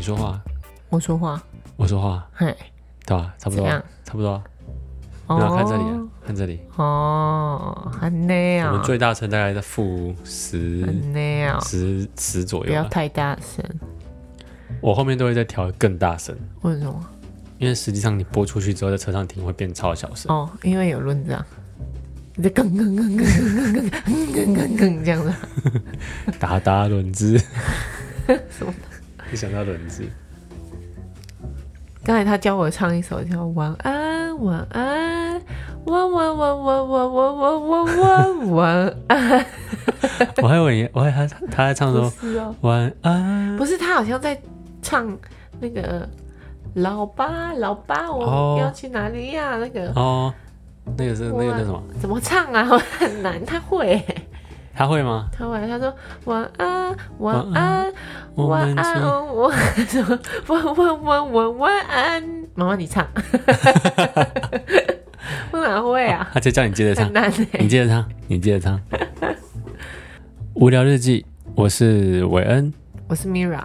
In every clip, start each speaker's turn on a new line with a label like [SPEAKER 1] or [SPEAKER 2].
[SPEAKER 1] 说话，
[SPEAKER 2] 我说话，
[SPEAKER 1] 我说话，
[SPEAKER 2] 嘿，
[SPEAKER 1] 对吧？差不
[SPEAKER 2] 怎
[SPEAKER 1] 多啊
[SPEAKER 2] 样，？
[SPEAKER 1] 差不多啊。
[SPEAKER 2] 哦
[SPEAKER 1] 没有看这里啊，看这里，
[SPEAKER 2] 哦，很那
[SPEAKER 1] 我
[SPEAKER 2] 样
[SPEAKER 1] 们，最大声大概在负十
[SPEAKER 2] 很那样，
[SPEAKER 1] 十十左
[SPEAKER 2] 不
[SPEAKER 1] 右
[SPEAKER 2] 要
[SPEAKER 1] 吧。
[SPEAKER 2] 太大声。
[SPEAKER 1] 我后面都会再调更大声，
[SPEAKER 2] 为什么？
[SPEAKER 1] 因为实际上你播出去之后，在车上听会变超小声。
[SPEAKER 2] 哦，因为有论这样，你就更更更更更更更更更更这样子，
[SPEAKER 1] 达达轮子，
[SPEAKER 2] 什么？
[SPEAKER 1] 一想到轮子，
[SPEAKER 2] 刚才他教我唱一首叫《晚安晚安晚晚晚晚晚晚晚晚晚晚安
[SPEAKER 1] 我还以为你我还他他在》，唱
[SPEAKER 2] 不
[SPEAKER 1] 说
[SPEAKER 2] 是哦，
[SPEAKER 1] 晚安
[SPEAKER 2] 不是他好像在唱那个老爸老爸，
[SPEAKER 1] 哦
[SPEAKER 2] 我要去哪里呀？那个
[SPEAKER 1] 哦，那个是那个叫什么？
[SPEAKER 2] 怎么唱啊？我很难，他会，
[SPEAKER 1] 他会吗？
[SPEAKER 2] 他会，他说晚安晚
[SPEAKER 1] 晚
[SPEAKER 2] 安
[SPEAKER 1] 安我
[SPEAKER 2] 晚
[SPEAKER 1] 们
[SPEAKER 2] 安
[SPEAKER 1] 是
[SPEAKER 2] 哦，我什么晚晚晚晚晚安，妈妈你唱， 我哪会啊？
[SPEAKER 1] 他就叫你接着唱
[SPEAKER 2] 很，难哎、
[SPEAKER 1] 你接着唱，你接着 唱。无聊日记，我是韦恩，
[SPEAKER 2] 我是 Mira。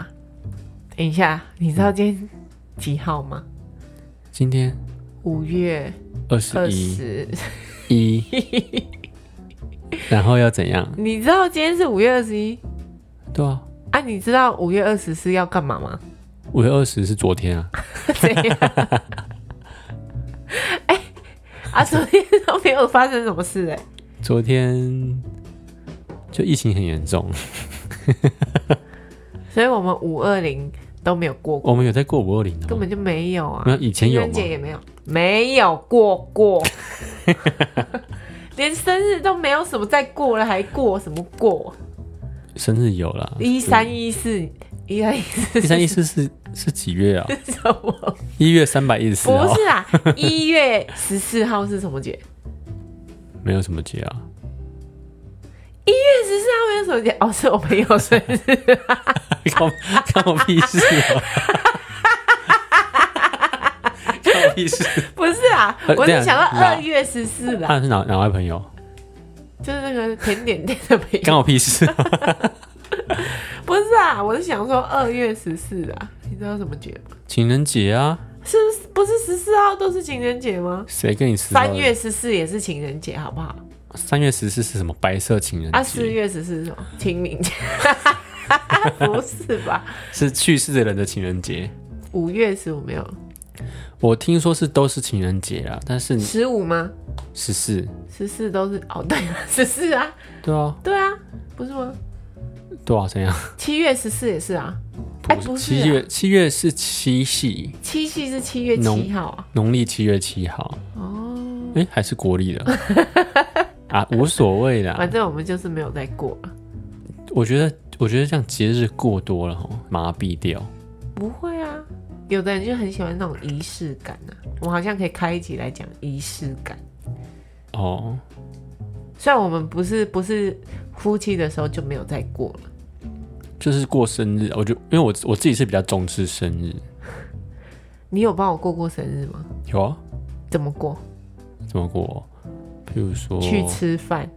[SPEAKER 2] 等一下，你知道今天几号吗？
[SPEAKER 1] 今天
[SPEAKER 2] 五月
[SPEAKER 1] 二十
[SPEAKER 2] 二
[SPEAKER 1] 一
[SPEAKER 2] 十。
[SPEAKER 1] 一，然后要怎样？
[SPEAKER 2] 你知道今天是五月二十一
[SPEAKER 1] 对啊，
[SPEAKER 2] 啊？你知道五月二十是要干嘛 吗？
[SPEAKER 1] 五月二十是昨天啊，
[SPEAKER 2] 怎样？ 哎、啊，昨天都没有发生什么事哎、
[SPEAKER 1] 昨天就疫情很严重，
[SPEAKER 2] 所以我们五二零都没有过过，
[SPEAKER 1] 我们有在过五二零的
[SPEAKER 2] 根
[SPEAKER 1] 吗？
[SPEAKER 2] 本就没有啊
[SPEAKER 1] 哦没。有，以前
[SPEAKER 2] 情
[SPEAKER 1] 有
[SPEAKER 2] 人
[SPEAKER 1] 吗？
[SPEAKER 2] 节也没有，没有过过， 连生日都没有什么在过了，还过什么过？
[SPEAKER 1] 生日有啦，
[SPEAKER 2] 一三一四，一三一四，
[SPEAKER 1] 一三一四是是几月啊？
[SPEAKER 2] 是什么？
[SPEAKER 1] 一月三百一十四
[SPEAKER 2] 不
[SPEAKER 1] 号，
[SPEAKER 2] 是啊，一月十四号是什么节？
[SPEAKER 1] 没有什么节啊。
[SPEAKER 2] 一月十四号没有什么节？哦，是我朋友生日，
[SPEAKER 1] 看我看我屁事啊！ 看我屁事！
[SPEAKER 2] 不是啊，
[SPEAKER 1] 呃
[SPEAKER 2] 我
[SPEAKER 1] 这
[SPEAKER 2] 是
[SPEAKER 1] 样啊
[SPEAKER 2] 想到
[SPEAKER 1] 哪
[SPEAKER 2] 二月十四啦，
[SPEAKER 1] 他是哪哪位朋友？
[SPEAKER 2] 就是那个甜点店的朋友。
[SPEAKER 1] 干我屁事！
[SPEAKER 2] 不是啊，我是想说二月十四啊，你知道什么节吗？
[SPEAKER 1] 情人节啊，
[SPEAKER 2] 是不是不是十四号都是情人节吗？
[SPEAKER 1] 谁跟你撕到的
[SPEAKER 2] 三月十四也是情人节，好不好？
[SPEAKER 1] 三月十四是什么？白色情人
[SPEAKER 2] 啊，四
[SPEAKER 1] 节
[SPEAKER 2] 月十四是什么？清明 节？不是吧？
[SPEAKER 1] 是去世的人的情人节。
[SPEAKER 2] 五月十五没有？
[SPEAKER 1] 我听说是都是情人节啊啦，但是
[SPEAKER 2] 十五吗？
[SPEAKER 1] 十四
[SPEAKER 2] 十四都是哦，对啊，十四啊，
[SPEAKER 1] 对啊
[SPEAKER 2] 对啊，不是吗？
[SPEAKER 1] 对啊，怎样？
[SPEAKER 2] 七月十四也是啊，哎不是啊
[SPEAKER 1] 七月七月是七夕，
[SPEAKER 2] 七夕是七月
[SPEAKER 1] 农
[SPEAKER 2] 七号啊。
[SPEAKER 1] 农历七月七号，
[SPEAKER 2] 哦，
[SPEAKER 1] 哎、还是国历 的啊，无所谓啦。
[SPEAKER 2] 反正我们就是没有再过了。
[SPEAKER 1] 我觉得，我觉得这样节日过多了吼，麻痹掉。
[SPEAKER 2] 不会啊，有的人就很喜欢那种仪式感啊。我们好像可以开一集来讲仪式感。
[SPEAKER 1] 哦，
[SPEAKER 2] 虽然我们不是不是夫妻的时候就没有再过了，
[SPEAKER 1] 就是过生日，我就因为我我自己是比较重视生日，
[SPEAKER 2] 你有帮我过过生日吗？
[SPEAKER 1] 有啊，
[SPEAKER 2] 怎么过？
[SPEAKER 1] 怎么过？譬如说，
[SPEAKER 2] 去吃饭，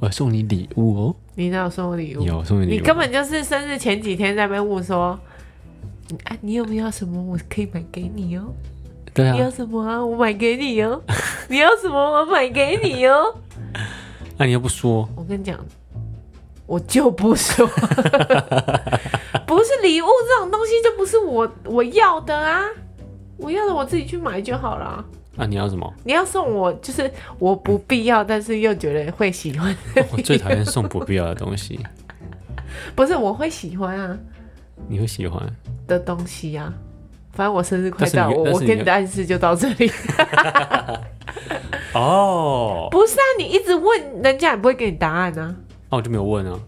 [SPEAKER 1] 我送你礼物哦，
[SPEAKER 2] 你哪有送我礼物？
[SPEAKER 1] 有送你礼
[SPEAKER 2] 你
[SPEAKER 1] 物，
[SPEAKER 2] 根本就是生日前几天在那边问说，你啊，你有没有什么我可以买给你哦？
[SPEAKER 1] 对
[SPEAKER 2] 你有
[SPEAKER 1] 啊，
[SPEAKER 2] 什么啊，我买给你哦。 你要什么，我买给你哦。
[SPEAKER 1] 那、你又不说，
[SPEAKER 2] 我跟你讲，我就 不说，不是礼物这种东西就不是我我要的啊，我要的我自己去买就好啦。
[SPEAKER 1] 那、啊你要什 么？
[SPEAKER 2] 你要送我，就是我不必要，但是又觉得会喜欢，
[SPEAKER 1] 我最讨厌送不必要的东西，
[SPEAKER 2] 不是我会喜欢啊
[SPEAKER 1] 你会喜欢？
[SPEAKER 2] 的东西啊。反正我生日快
[SPEAKER 1] 但是
[SPEAKER 2] 到，
[SPEAKER 1] 你
[SPEAKER 2] 我
[SPEAKER 1] 但
[SPEAKER 2] 我
[SPEAKER 1] 是你
[SPEAKER 2] 给你的暗示就到这里。
[SPEAKER 1] 哦，
[SPEAKER 2] 不是啊，你一直问人家也不会给你答案啊。
[SPEAKER 1] 那我就没有问啊。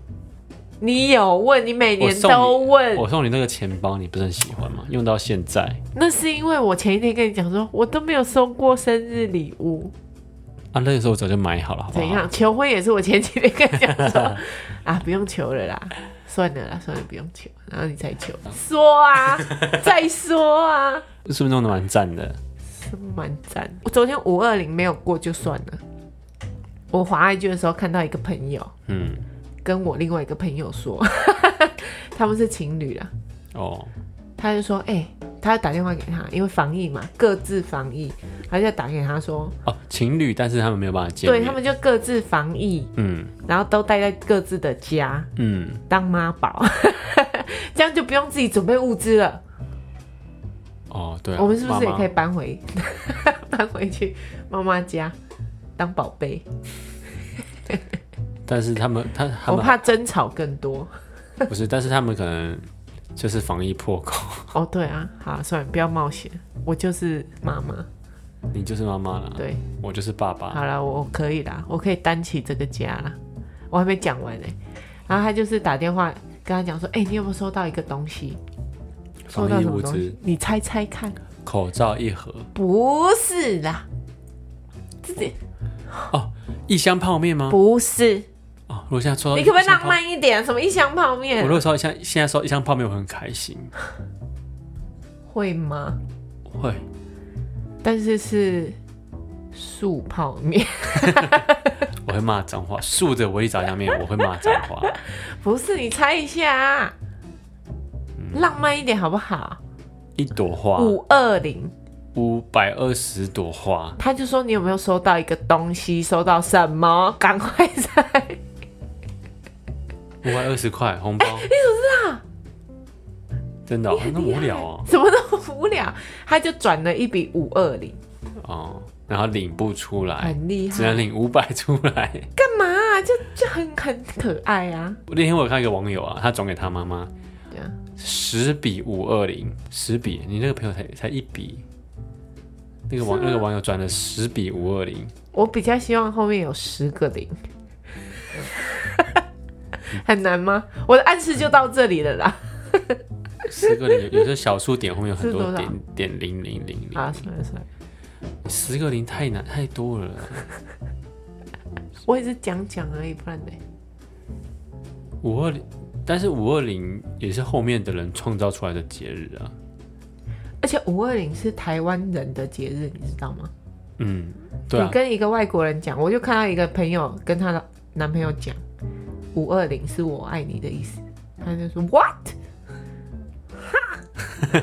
[SPEAKER 2] 你有问，你每
[SPEAKER 1] 我
[SPEAKER 2] 年
[SPEAKER 1] 送你
[SPEAKER 2] 都问，
[SPEAKER 1] 我送你那个钱包，你不是很喜欢吗？用到现在
[SPEAKER 2] 那是因为我前一天跟你讲说，我都没有收过生日礼物，
[SPEAKER 1] 啊，那个时候我早就买好了，好不
[SPEAKER 2] 怎
[SPEAKER 1] 好？
[SPEAKER 2] 样？求婚也是我前几天跟你讲 说，啊，不用求了啦，算了啦，算了，不用求，然后你才求，说啊，再说啊，
[SPEAKER 1] 是不是弄得蛮赞的？
[SPEAKER 2] 真蛮赞。我昨天五二零没有过就算了，我滑 IG 的时候看到一个朋友
[SPEAKER 1] 嗯，
[SPEAKER 2] 跟我另外一个朋友说，他们是情侣啦，
[SPEAKER 1] 哦，
[SPEAKER 2] 他就说，哎、他打电话给他，因为防疫嘛，各自防疫，他就打给他说，
[SPEAKER 1] 哦，情侣，但是他们没有办法见面。
[SPEAKER 2] 对他们就各自防疫，
[SPEAKER 1] 嗯
[SPEAKER 2] 然后都待在各自的家
[SPEAKER 1] 嗯，
[SPEAKER 2] 当妈宝， 这样就不用自己准备物资了。
[SPEAKER 1] 哦，对啊、
[SPEAKER 2] 我们是不是也可
[SPEAKER 1] 妈
[SPEAKER 2] 以
[SPEAKER 1] 妈
[SPEAKER 2] 搬回 搬回去妈妈家当宝贝？
[SPEAKER 1] 但是他们，他他
[SPEAKER 2] 我
[SPEAKER 1] 们
[SPEAKER 2] 怕争吵更多。
[SPEAKER 1] 不是，但是他们可能就是防疫破口。
[SPEAKER 2] 哦，对啊，好，算了，不要冒险。我就是妈妈，
[SPEAKER 1] 你就是妈妈了，
[SPEAKER 2] 对，
[SPEAKER 1] 我就是爸爸。
[SPEAKER 2] 好了，我我可以啦，我可以担起这个家啦。我还没讲完呢、然后他就是打电话跟他讲说，哎、你有没有收到一个东西？收
[SPEAKER 1] 防
[SPEAKER 2] 到
[SPEAKER 1] 疫
[SPEAKER 2] 什么
[SPEAKER 1] 物
[SPEAKER 2] 东
[SPEAKER 1] 资
[SPEAKER 2] 西？，你猜猜看？
[SPEAKER 1] 口罩一盒，
[SPEAKER 2] 不是啦，自己
[SPEAKER 1] 一箱泡面吗？
[SPEAKER 2] 不是。
[SPEAKER 1] 哦，如果现在抽到，
[SPEAKER 2] 你可不可以浪？漫一点？什么一箱泡
[SPEAKER 1] 我
[SPEAKER 2] 面
[SPEAKER 1] 如？果抽到一箱，现在抽到一箱泡面，我很开心。
[SPEAKER 2] 会吗？
[SPEAKER 1] 会，
[SPEAKER 2] 但是是素泡面，
[SPEAKER 1] 我会骂脏话，竖着我一炸酱面，我会骂脏 话。
[SPEAKER 2] 不是？你猜一下、啊，
[SPEAKER 1] 嗯
[SPEAKER 2] 浪漫一点好不好？
[SPEAKER 1] 一朵花，
[SPEAKER 2] 五二零，
[SPEAKER 1] 五百二十朵花，
[SPEAKER 2] 他就说你有没有收到一个东西？收到什么？ 赶快猜！
[SPEAKER 1] 五百二十块红 包。你怎么知道？真的、哦，那么无聊哦。
[SPEAKER 2] 什么都无聊，他就转了一笔五二零，
[SPEAKER 1] 哦，然后领不出来，
[SPEAKER 2] 很厉
[SPEAKER 1] 哎只能
[SPEAKER 2] 害。
[SPEAKER 1] 领五百出来。
[SPEAKER 2] 干嘛啊、就就很很可爱啊！
[SPEAKER 1] 那天我有看一个网友啊，他转给他妈妈
[SPEAKER 2] 对啊，
[SPEAKER 1] 十笔五二零，十笔，你那个朋友才才一笔，那个网
[SPEAKER 2] 是吗
[SPEAKER 1] 那个网友转了十笔五二零，
[SPEAKER 2] 我比较希望后面有十个零， 很难吗？我的暗示就到这里了啦。
[SPEAKER 1] 十个零有有时候小数点后面有 很
[SPEAKER 2] 是
[SPEAKER 1] 多
[SPEAKER 2] 多少
[SPEAKER 1] 点点零零零零，
[SPEAKER 2] 啊，算了算了，
[SPEAKER 1] 十个零太难太多了啦，
[SPEAKER 2] 我也是讲讲而已，不然呢？
[SPEAKER 1] 五二零，但是五二零也是后面的人创造出来的节日啊，
[SPEAKER 2] 而且五二零是台湾人的节日，你知道吗？
[SPEAKER 1] 嗯，对啊
[SPEAKER 2] 你，跟一个外国人讲，我就看到一个朋友跟她的男朋友讲，五二零是我爱你的意思，他就说 what，哈，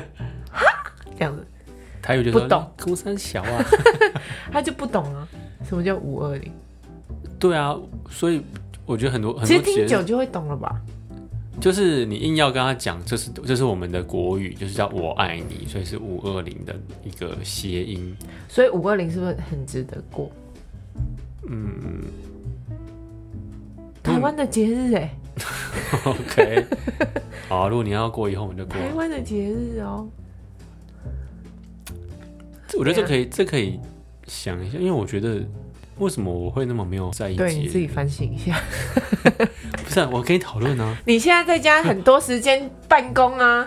[SPEAKER 2] 哈，这样子，
[SPEAKER 1] 台语就说
[SPEAKER 2] 不懂
[SPEAKER 1] 你公三小啊，
[SPEAKER 2] 他就不懂啊，什么叫五二零？
[SPEAKER 1] 对啊，所以我觉得很多很
[SPEAKER 2] 其
[SPEAKER 1] 多
[SPEAKER 2] 实
[SPEAKER 1] 节
[SPEAKER 2] 听
[SPEAKER 1] 日
[SPEAKER 2] 久就会懂了吧？
[SPEAKER 1] 就是你硬要跟他讲，这是这是我们的国语，就是叫“我爱你”，所以是五二零的一个谐 音。
[SPEAKER 2] 所以五二零是不是很值得过？嗯，台湾的节日哎、
[SPEAKER 1] 嗯 OK，好啊、如果你要过，以后我们就过。
[SPEAKER 2] 台湾的节日哦、
[SPEAKER 1] 我觉得这可以，
[SPEAKER 2] 啊
[SPEAKER 1] 这可以想一下，因为我觉得为什么我会那么没有在意节
[SPEAKER 2] 对你自己
[SPEAKER 1] 日？
[SPEAKER 2] 反省一下。
[SPEAKER 1] 不是啊、我跟你讨论啊，
[SPEAKER 2] 你现在在家很多时间办 公啊，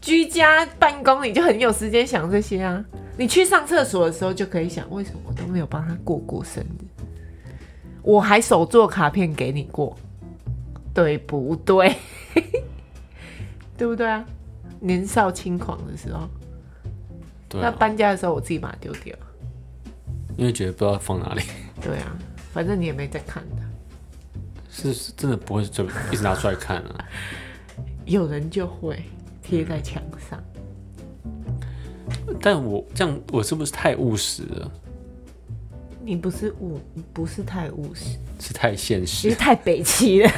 [SPEAKER 2] 居家办公，你就很有时间想这些啊。你去上厕所的时候就可以想，为什么我都没有帮他过过生日？我还手做卡片给你过，对不对？ 对不对啊？年少轻狂的时候，
[SPEAKER 1] 对
[SPEAKER 2] 那
[SPEAKER 1] 啊，
[SPEAKER 2] 搬家的时候我自己把它丢掉。
[SPEAKER 1] 因为觉得不知道放哪里，
[SPEAKER 2] 对啊，反正你也没在看的。
[SPEAKER 1] 是是真的不会就一直拿出来看啊。
[SPEAKER 2] 有人就会贴在墙上，
[SPEAKER 1] 但我这样，我是不是太务实了？嗯
[SPEAKER 2] 你不是务，你不是太务实。
[SPEAKER 1] 是太现实
[SPEAKER 2] 其实？太北齐 了。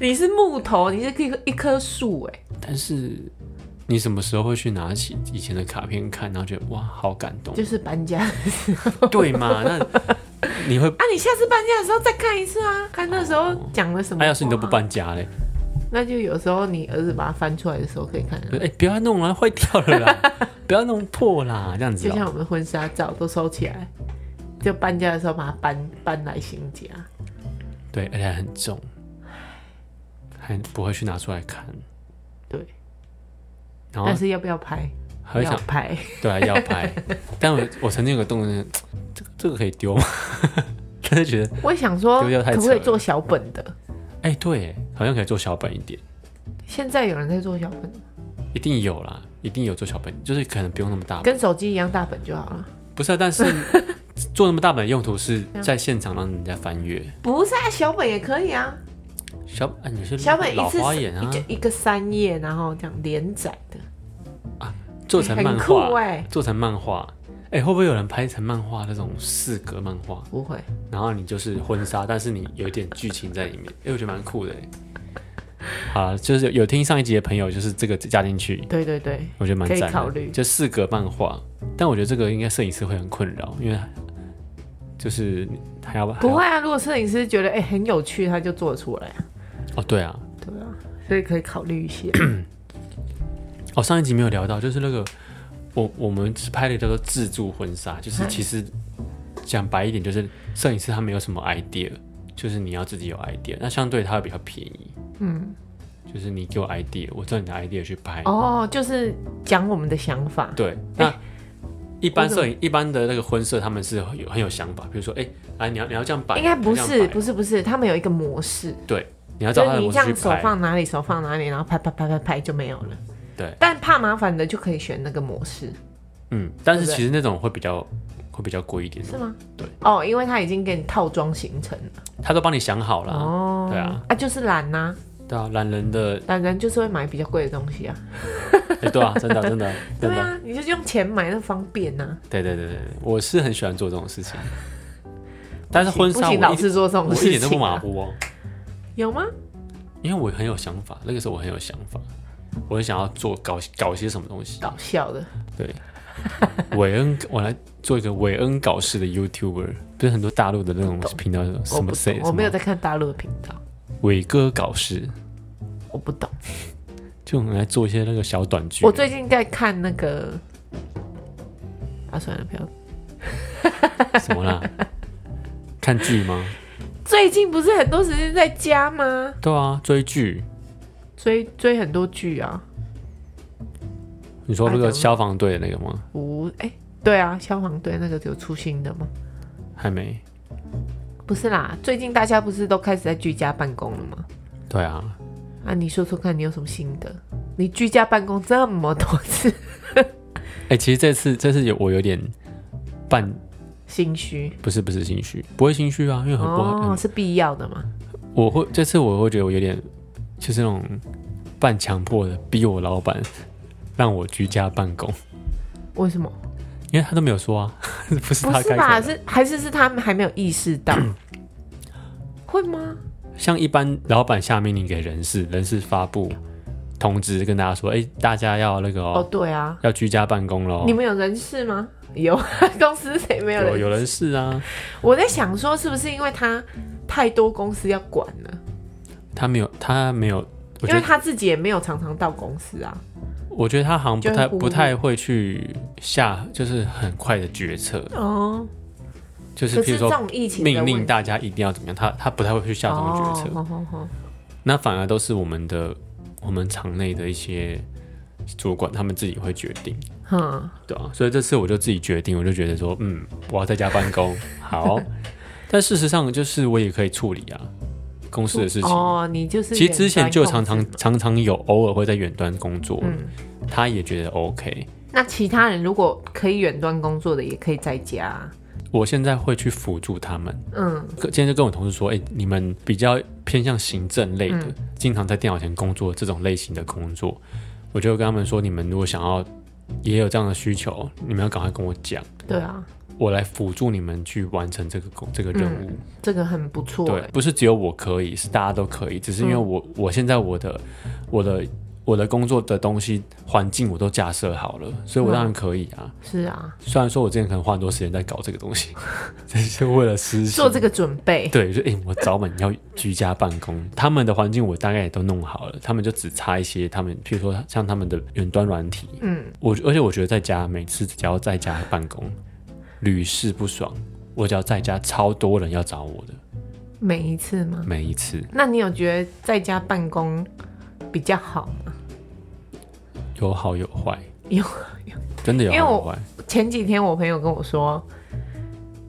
[SPEAKER 2] 你是木头，你是一棵一棵树，哎，
[SPEAKER 1] 但是你什么时候会去拿起以前的卡片看，然后觉得哇，好感动，
[SPEAKER 2] 就是搬家的 时候
[SPEAKER 1] 对嘛？那你会，
[SPEAKER 2] 啊。你下次搬家的时候再看一次啊，看那时候讲了什么。
[SPEAKER 1] 哎啊那、要是你都不，搬家嘞？
[SPEAKER 2] 那就有时候你儿子把它翻出来的时候可以看、啊
[SPEAKER 1] 哎、。不要弄了，坏掉了 啦，不要弄破啦，这样子
[SPEAKER 2] 就像
[SPEAKER 1] 啊、
[SPEAKER 2] 我们婚纱照都收起来，就搬家的时候把它搬搬来新家。
[SPEAKER 1] 对，而且还很重，还不会去拿出来看，
[SPEAKER 2] 对，
[SPEAKER 1] 然后
[SPEAKER 2] 但是要不要拍？
[SPEAKER 1] 哦还会
[SPEAKER 2] 要
[SPEAKER 1] 想，
[SPEAKER 2] 拍，
[SPEAKER 1] 对啊，要 拍。但我我曾经有个动作是，这个这个可以丢吗？ 但是觉得，
[SPEAKER 2] 我也想说，
[SPEAKER 1] 丢掉太
[SPEAKER 2] 可不
[SPEAKER 1] 扯
[SPEAKER 2] 可以
[SPEAKER 1] 了
[SPEAKER 2] 做小本的？
[SPEAKER 1] 哎、对，好像可以做小本一点。
[SPEAKER 2] 现在有人在做小本的吗，
[SPEAKER 1] 一定有啦，一定有做小本，就是可能不用那么大本。
[SPEAKER 2] 跟手机一样大本就好了。
[SPEAKER 1] 不是、啊，但是做那么大本的用途是在现场让人家翻阅。
[SPEAKER 2] 不是啊，小本也可以啊。
[SPEAKER 1] 小啊，你是
[SPEAKER 2] 小本一
[SPEAKER 1] 老
[SPEAKER 2] 次
[SPEAKER 1] 花眼啊，
[SPEAKER 2] 就一个三页，然后这样连载的，
[SPEAKER 1] 做成漫
[SPEAKER 2] 很酷
[SPEAKER 1] 画，
[SPEAKER 2] 哎、
[SPEAKER 1] 做成漫画，哎、会不会有人拍成漫画那种四格漫画？
[SPEAKER 2] 不会，
[SPEAKER 1] 然后你就是婚纱，但是你有一点剧情在里面，哎、我觉得蛮酷的欸。好啦，就是有有听上一集的朋友，就是这个加进去，
[SPEAKER 2] 对对对，
[SPEAKER 1] 我觉得蛮赞
[SPEAKER 2] 可
[SPEAKER 1] 的。
[SPEAKER 2] 以考虑
[SPEAKER 1] 就四格漫画，但我觉得这个应该摄影师会很困扰，因为就是还要
[SPEAKER 2] 不
[SPEAKER 1] 还
[SPEAKER 2] 会啊。如果摄影师觉得哎、很有趣，他就做得出来，
[SPEAKER 1] 要哦，对啊，
[SPEAKER 2] 对啊，所以可以考虑一些。
[SPEAKER 1] 哦，上一集没有聊到，就是那个我我们只拍了叫做自助婚纱，就是
[SPEAKER 2] 嗯
[SPEAKER 1] 其实讲白一点，就是摄影师他没有什么 idea，就是你要自己有 idea，那相对它会比较便宜。
[SPEAKER 2] 嗯，
[SPEAKER 1] 就是你给我 idea，我照你的 idea 去拍。
[SPEAKER 2] 哦，哎就是讲我们的想法，
[SPEAKER 1] 对，那一般摄影一般的那个婚摄，他们是有很有想法，比如说，哎、哎，你要你要这样摆，
[SPEAKER 2] 应该不
[SPEAKER 1] 你要这
[SPEAKER 2] 是
[SPEAKER 1] 样摆
[SPEAKER 2] 不是不是，他们有一个模式，
[SPEAKER 1] 你要照
[SPEAKER 2] 就
[SPEAKER 1] 他的
[SPEAKER 2] 是你
[SPEAKER 1] 模
[SPEAKER 2] 这
[SPEAKER 1] 式去
[SPEAKER 2] 样手
[SPEAKER 1] 拍。
[SPEAKER 2] 放哪里，手放哪里，然后拍拍拍拍拍就没有了。
[SPEAKER 1] 对，
[SPEAKER 2] 但怕麻烦的就可以选那个模式，
[SPEAKER 1] 嗯，但是
[SPEAKER 2] 对不对
[SPEAKER 1] 其实那种会比较会比较贵一点，
[SPEAKER 2] 是吗？
[SPEAKER 1] 对，
[SPEAKER 2] 哦，因为他已经给你套装行程了。
[SPEAKER 1] 他都帮你想好了啊、
[SPEAKER 2] 哦，
[SPEAKER 1] 对啊，
[SPEAKER 2] 就是懒呐、
[SPEAKER 1] 对啊，懒人的，
[SPEAKER 2] 懒人就是会买比较贵的东西啊。
[SPEAKER 1] 哎对啊，真 的真的真
[SPEAKER 2] 对
[SPEAKER 1] 的，
[SPEAKER 2] 啊，你就是用钱买，那方便呐、啊。
[SPEAKER 1] 对对对对，对我是很喜欢做这种事情，但是婚
[SPEAKER 2] 不
[SPEAKER 1] 纱
[SPEAKER 2] 行，
[SPEAKER 1] 我
[SPEAKER 2] 老
[SPEAKER 1] 一直
[SPEAKER 2] 是做这种
[SPEAKER 1] 我
[SPEAKER 2] 事
[SPEAKER 1] 一
[SPEAKER 2] 情、啊。
[SPEAKER 1] 点都不马虎哦，
[SPEAKER 2] 有吗？
[SPEAKER 1] 因为我很有想法，那个时候我很有想法，我很想要做搞搞些什么东西，
[SPEAKER 2] 搞笑的，
[SPEAKER 1] 对，韦恩，我来做一个韦恩搞事的 YouTuber，不是很多大陆的那种
[SPEAKER 2] 不懂
[SPEAKER 1] 频道，
[SPEAKER 2] 我
[SPEAKER 1] 什
[SPEAKER 2] 不
[SPEAKER 1] 么谁
[SPEAKER 2] 懂，，我没有在看大陆的频道，
[SPEAKER 1] 伟哥搞事，
[SPEAKER 2] 我不懂。
[SPEAKER 1] 就很爱做一些那个小短剧。啊
[SPEAKER 2] 我最近在看那个，啊，算了，不要。
[SPEAKER 1] 什么啦？看剧吗？
[SPEAKER 2] 最近不是很多时间在家吗？
[SPEAKER 1] 对啊，追剧。
[SPEAKER 2] 追追很多剧啊，
[SPEAKER 1] 你说那
[SPEAKER 2] 哎
[SPEAKER 1] 个
[SPEAKER 2] 怎么
[SPEAKER 1] 消防队的那个吗？
[SPEAKER 2] 无哎、对啊，消防队那个有出新的吗？
[SPEAKER 1] 还没。
[SPEAKER 2] 不是啦，最近大家不是都开始在居家办公了吗？
[SPEAKER 1] 对啊，
[SPEAKER 2] 啊，你说说看你有什么心得？你居家办公这么多次，
[SPEAKER 1] 哎、其实这次这次有我有点半，
[SPEAKER 2] 心虚
[SPEAKER 1] 不是不是心虚，不会心虚啊，因为很不、
[SPEAKER 2] 哦，
[SPEAKER 1] 很
[SPEAKER 2] 是必要的嘛？
[SPEAKER 1] 我会这次我会觉得我有点就是那种半强迫的逼我老板让我居家办公。
[SPEAKER 2] 为什么？
[SPEAKER 1] 因为他都没有说啊， 不是
[SPEAKER 2] 不
[SPEAKER 1] 他
[SPEAKER 2] 是
[SPEAKER 1] 开口
[SPEAKER 2] 吧？
[SPEAKER 1] 的。
[SPEAKER 2] 是还是是他们还没有意识 到？会吗？
[SPEAKER 1] 像一般老板下命令给人事，人事发布通知跟大家说，哎、大家要那个
[SPEAKER 2] 哦，
[SPEAKER 1] 哦，
[SPEAKER 2] 对啊，
[SPEAKER 1] 要居家办公喽
[SPEAKER 2] 你。们有人事吗？有， 公司谁没有人
[SPEAKER 1] 有有人事啊，
[SPEAKER 2] 我在想说，是不是因为他太多公司要管了？
[SPEAKER 1] 他没有，他没有，我
[SPEAKER 2] 因
[SPEAKER 1] 觉得，
[SPEAKER 2] 为他自己也没有常常到公司啊。
[SPEAKER 1] 我觉得他好像不
[SPEAKER 2] 就
[SPEAKER 1] 太
[SPEAKER 2] 很忽略
[SPEAKER 1] 不太会去下，就是很快的决策，
[SPEAKER 2] 哦，
[SPEAKER 1] 就是
[SPEAKER 2] 可
[SPEAKER 1] 譬
[SPEAKER 2] 是
[SPEAKER 1] 如
[SPEAKER 2] 这
[SPEAKER 1] 说
[SPEAKER 2] 种疫情的
[SPEAKER 1] 命
[SPEAKER 2] 问
[SPEAKER 1] 令
[SPEAKER 2] 题
[SPEAKER 1] 大家一定要怎么样，他他不太会去下这种决策，
[SPEAKER 2] 哦好好好
[SPEAKER 1] 那反而都是我们的我们场内的一些主管他们自己会决定。
[SPEAKER 2] 哼，
[SPEAKER 1] 对啊，所以这次我就自己决定，我就觉得说，嗯，我要在家办 公，好。但事实上，就是我也可以处理啊，公司的事情。
[SPEAKER 2] 哦，你就是
[SPEAKER 1] 其实之前就常
[SPEAKER 2] 远
[SPEAKER 1] 常
[SPEAKER 2] 端控制
[SPEAKER 1] 常常有偶尔会在远端工作，
[SPEAKER 2] 嘛嗯。
[SPEAKER 1] 他也觉得 OK。
[SPEAKER 2] 那其他人如果可以远端工作的，也可以在家啊。
[SPEAKER 1] 我现在会去辅助他们。
[SPEAKER 2] 嗯，
[SPEAKER 1] 今天就跟我同事说，哎、你们比较偏向行政类的，
[SPEAKER 2] 嗯
[SPEAKER 1] 经常在电脑前工作这种类型的工作，我就跟他们说，你们如果想要也有这样的需求，你们要赶快跟我讲，
[SPEAKER 2] 对啊，
[SPEAKER 1] 我来辅助你们去完成这个工这个任务。
[SPEAKER 2] 这个很不错
[SPEAKER 1] 对
[SPEAKER 2] 欸。，
[SPEAKER 1] 不是只有我可以，是大家都可以。只是因为我、我现在我的我的我的工作的东西环境我都架设好了，所以我当然可以啊。
[SPEAKER 2] 是啊，
[SPEAKER 1] 虽然说我之前可能花很多时间在搞这个东西， 只是为了实行
[SPEAKER 2] 做这个准备。
[SPEAKER 1] 对，就哎、诶我早晚要居家办公，他们的环境我大概也都弄好了，他们就只差一些，他们譬如说像他们的远端软体，
[SPEAKER 2] 嗯，
[SPEAKER 1] 我而且我觉得在家每次只要在家办公，屡试不爽。我只要在家，超多人要找我的，
[SPEAKER 2] 每一次吗？
[SPEAKER 1] 每一次。
[SPEAKER 2] 那你有觉得在家办公比较好吗？
[SPEAKER 1] 有好有坏，
[SPEAKER 2] 有
[SPEAKER 1] 真的有
[SPEAKER 2] 因为
[SPEAKER 1] 好有
[SPEAKER 2] 我
[SPEAKER 1] 坏。
[SPEAKER 2] 前几天我朋友跟我说，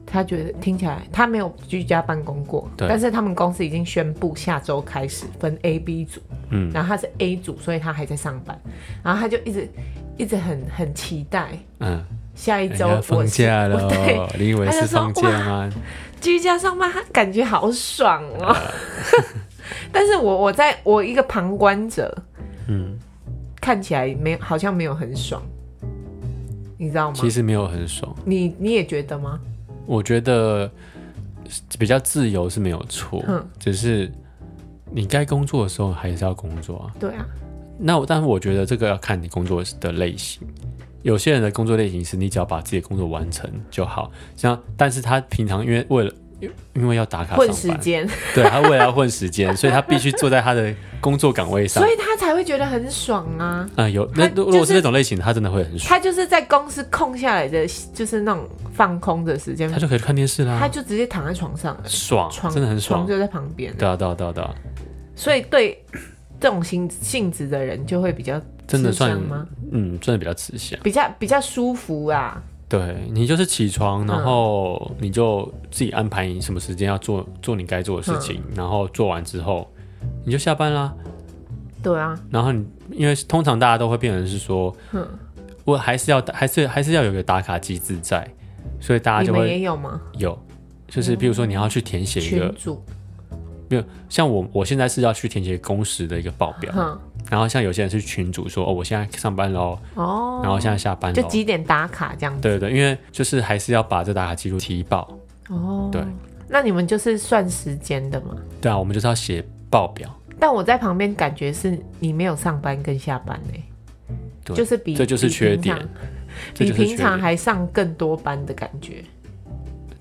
[SPEAKER 2] 他觉得听起来他没有居家办公过，
[SPEAKER 1] 对
[SPEAKER 2] 但是他们公司已经宣布下周开始分 A、B 组，
[SPEAKER 1] 嗯，
[SPEAKER 2] 然后他是 A 组，所以他还在上班，然后他就一直一直很很期待
[SPEAKER 1] 嗯，
[SPEAKER 2] 下一
[SPEAKER 1] 人
[SPEAKER 2] 周
[SPEAKER 1] 家
[SPEAKER 2] 我
[SPEAKER 1] 放假
[SPEAKER 2] 我
[SPEAKER 1] 了
[SPEAKER 2] 对
[SPEAKER 1] 哦，你以为
[SPEAKER 2] 他就是说
[SPEAKER 1] 放假吗？啊
[SPEAKER 2] 居家上班，他感觉好爽哦。 但是我我在我一个旁观者
[SPEAKER 1] 嗯，
[SPEAKER 2] 看起来没好像没有很爽，你知道吗
[SPEAKER 1] 其？实没有很爽，
[SPEAKER 2] 你你也觉得吗？
[SPEAKER 1] 我觉得比较自由是没有错，
[SPEAKER 2] 嗯
[SPEAKER 1] 只是你该工作的时候还是要工作啊。
[SPEAKER 2] 对啊，
[SPEAKER 1] 那我但是我觉得这个要看你工作的类型。有些人的工作类型是你只要把自己的工作完成就好，像但是他平常因为为了因因为要打卡
[SPEAKER 2] 混
[SPEAKER 1] 上
[SPEAKER 2] 时
[SPEAKER 1] 班，
[SPEAKER 2] 间，
[SPEAKER 1] 对他为了要混时 间，所以他必须坐在他的工作岗位上
[SPEAKER 2] 所。以他才会觉得很爽啊。
[SPEAKER 1] 啊、有那
[SPEAKER 2] 他
[SPEAKER 1] 如如果
[SPEAKER 2] 就是
[SPEAKER 1] 是那种类型，他真的会很爽，
[SPEAKER 2] 他就是在公司空下来的，就是那种放空的时间
[SPEAKER 1] 他，就可以去看电视啦，
[SPEAKER 2] 他就直接躺在床上了，
[SPEAKER 1] 爽，
[SPEAKER 2] 床
[SPEAKER 1] 真的很爽
[SPEAKER 2] 床。就在旁边了。
[SPEAKER 1] 对啊，对啊，对啊，对啊，
[SPEAKER 2] 所以对这种性性质的人，就会比较
[SPEAKER 1] 真的
[SPEAKER 2] 吃香
[SPEAKER 1] 算
[SPEAKER 2] 吗？
[SPEAKER 1] 嗯，真的比较慈祥。
[SPEAKER 2] 比较比较舒服啊。
[SPEAKER 1] 对你就是起床，然
[SPEAKER 2] 嗯
[SPEAKER 1] 后你就自己安排你什么时间要做做你该做的事
[SPEAKER 2] 嗯
[SPEAKER 1] 情，然后做完之后你就下班啦。
[SPEAKER 2] 对啊，
[SPEAKER 1] 然后你因为通常大家都会变成是说，
[SPEAKER 2] 嗯
[SPEAKER 1] 我还是要还是还是要有一个打卡机制在，所以大家
[SPEAKER 2] 你
[SPEAKER 1] 就
[SPEAKER 2] 们
[SPEAKER 1] 会
[SPEAKER 2] 也有吗？
[SPEAKER 1] 有，就是比如说你要去填写一个
[SPEAKER 2] 群，主，
[SPEAKER 1] 像我我现在是要去填写工时的一个报表，
[SPEAKER 2] 哼，
[SPEAKER 1] 然后像有些人是群主说哦我现在上班喽，
[SPEAKER 2] 哦，
[SPEAKER 1] 然后现在下班
[SPEAKER 2] 就
[SPEAKER 1] 喽，
[SPEAKER 2] 几点打卡这样子。
[SPEAKER 1] 对对对，因为就是还是要把这打卡记录提报，
[SPEAKER 2] 哦，
[SPEAKER 1] 对，
[SPEAKER 2] 那你们就是算时间的嘛？
[SPEAKER 1] 对啊，我们就是要写报表。
[SPEAKER 2] 但我在旁边感觉是你没有上班跟下班呢、
[SPEAKER 1] 对
[SPEAKER 2] 就是比
[SPEAKER 1] 这就是缺点，这
[SPEAKER 2] 比
[SPEAKER 1] 就
[SPEAKER 2] 平
[SPEAKER 1] 是缺
[SPEAKER 2] 常比平常
[SPEAKER 1] 点
[SPEAKER 2] 还上更多班的感觉。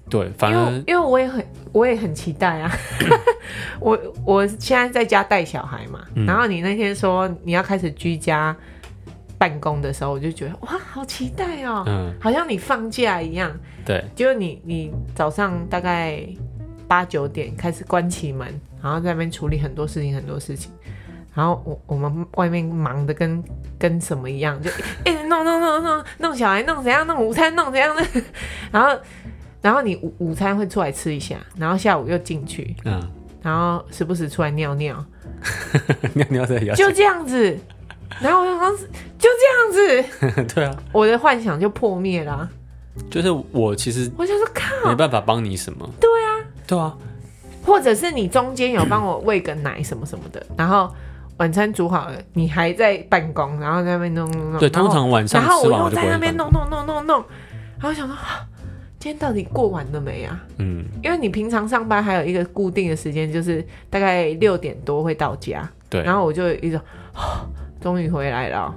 [SPEAKER 1] 对，反
[SPEAKER 2] 因
[SPEAKER 1] 而
[SPEAKER 2] 为因为我也很我也很期待 啊，我我现在在家带小孩嘛，
[SPEAKER 1] 嗯
[SPEAKER 2] 然后你那天说你要开始居家办公的时候，我就觉得哇，好期待哦、
[SPEAKER 1] 嗯，
[SPEAKER 2] 好像你放假一样。
[SPEAKER 1] 对
[SPEAKER 2] 结果你你早上大概八九点开始关起门，然后在那边处理很多事情很多事情，然后我我们外面忙的跟跟什么一样，就一直弄弄弄弄弄小孩，弄怎样，弄午餐，弄怎样的，然后然后你午午餐会出来吃一下，然后下午又进去，
[SPEAKER 1] 嗯，
[SPEAKER 2] 然后时不时出来尿尿，
[SPEAKER 1] 尿尿在摇，
[SPEAKER 2] 就这样子，然后我想说就这样子，
[SPEAKER 1] 对啊，
[SPEAKER 2] 我的幻想就破灭啦、
[SPEAKER 1] 就是我其实
[SPEAKER 2] 我想说靠
[SPEAKER 1] 没。办法帮你什么，
[SPEAKER 2] 啊对
[SPEAKER 1] 啊，对啊，
[SPEAKER 2] 或者是你中间有帮我喂个奶什么什么的，然后晚餐煮好了，你还在办公，然后在那边弄弄弄。
[SPEAKER 1] 对，
[SPEAKER 2] 嗯然后
[SPEAKER 1] 通常晚上
[SPEAKER 2] 然后
[SPEAKER 1] 吃
[SPEAKER 2] 我
[SPEAKER 1] 完
[SPEAKER 2] 又
[SPEAKER 1] 我就不
[SPEAKER 2] 在那
[SPEAKER 1] 会
[SPEAKER 2] 边
[SPEAKER 1] 管，
[SPEAKER 2] 弄弄弄弄弄，然后我想说，啊今天到底过完了没啊？
[SPEAKER 1] 嗯，
[SPEAKER 2] 因为你平常上班还有一个固定的时间，就是大概六点多会到家，
[SPEAKER 1] 对，
[SPEAKER 2] 然后我就有一种，啊 终于回来了哦，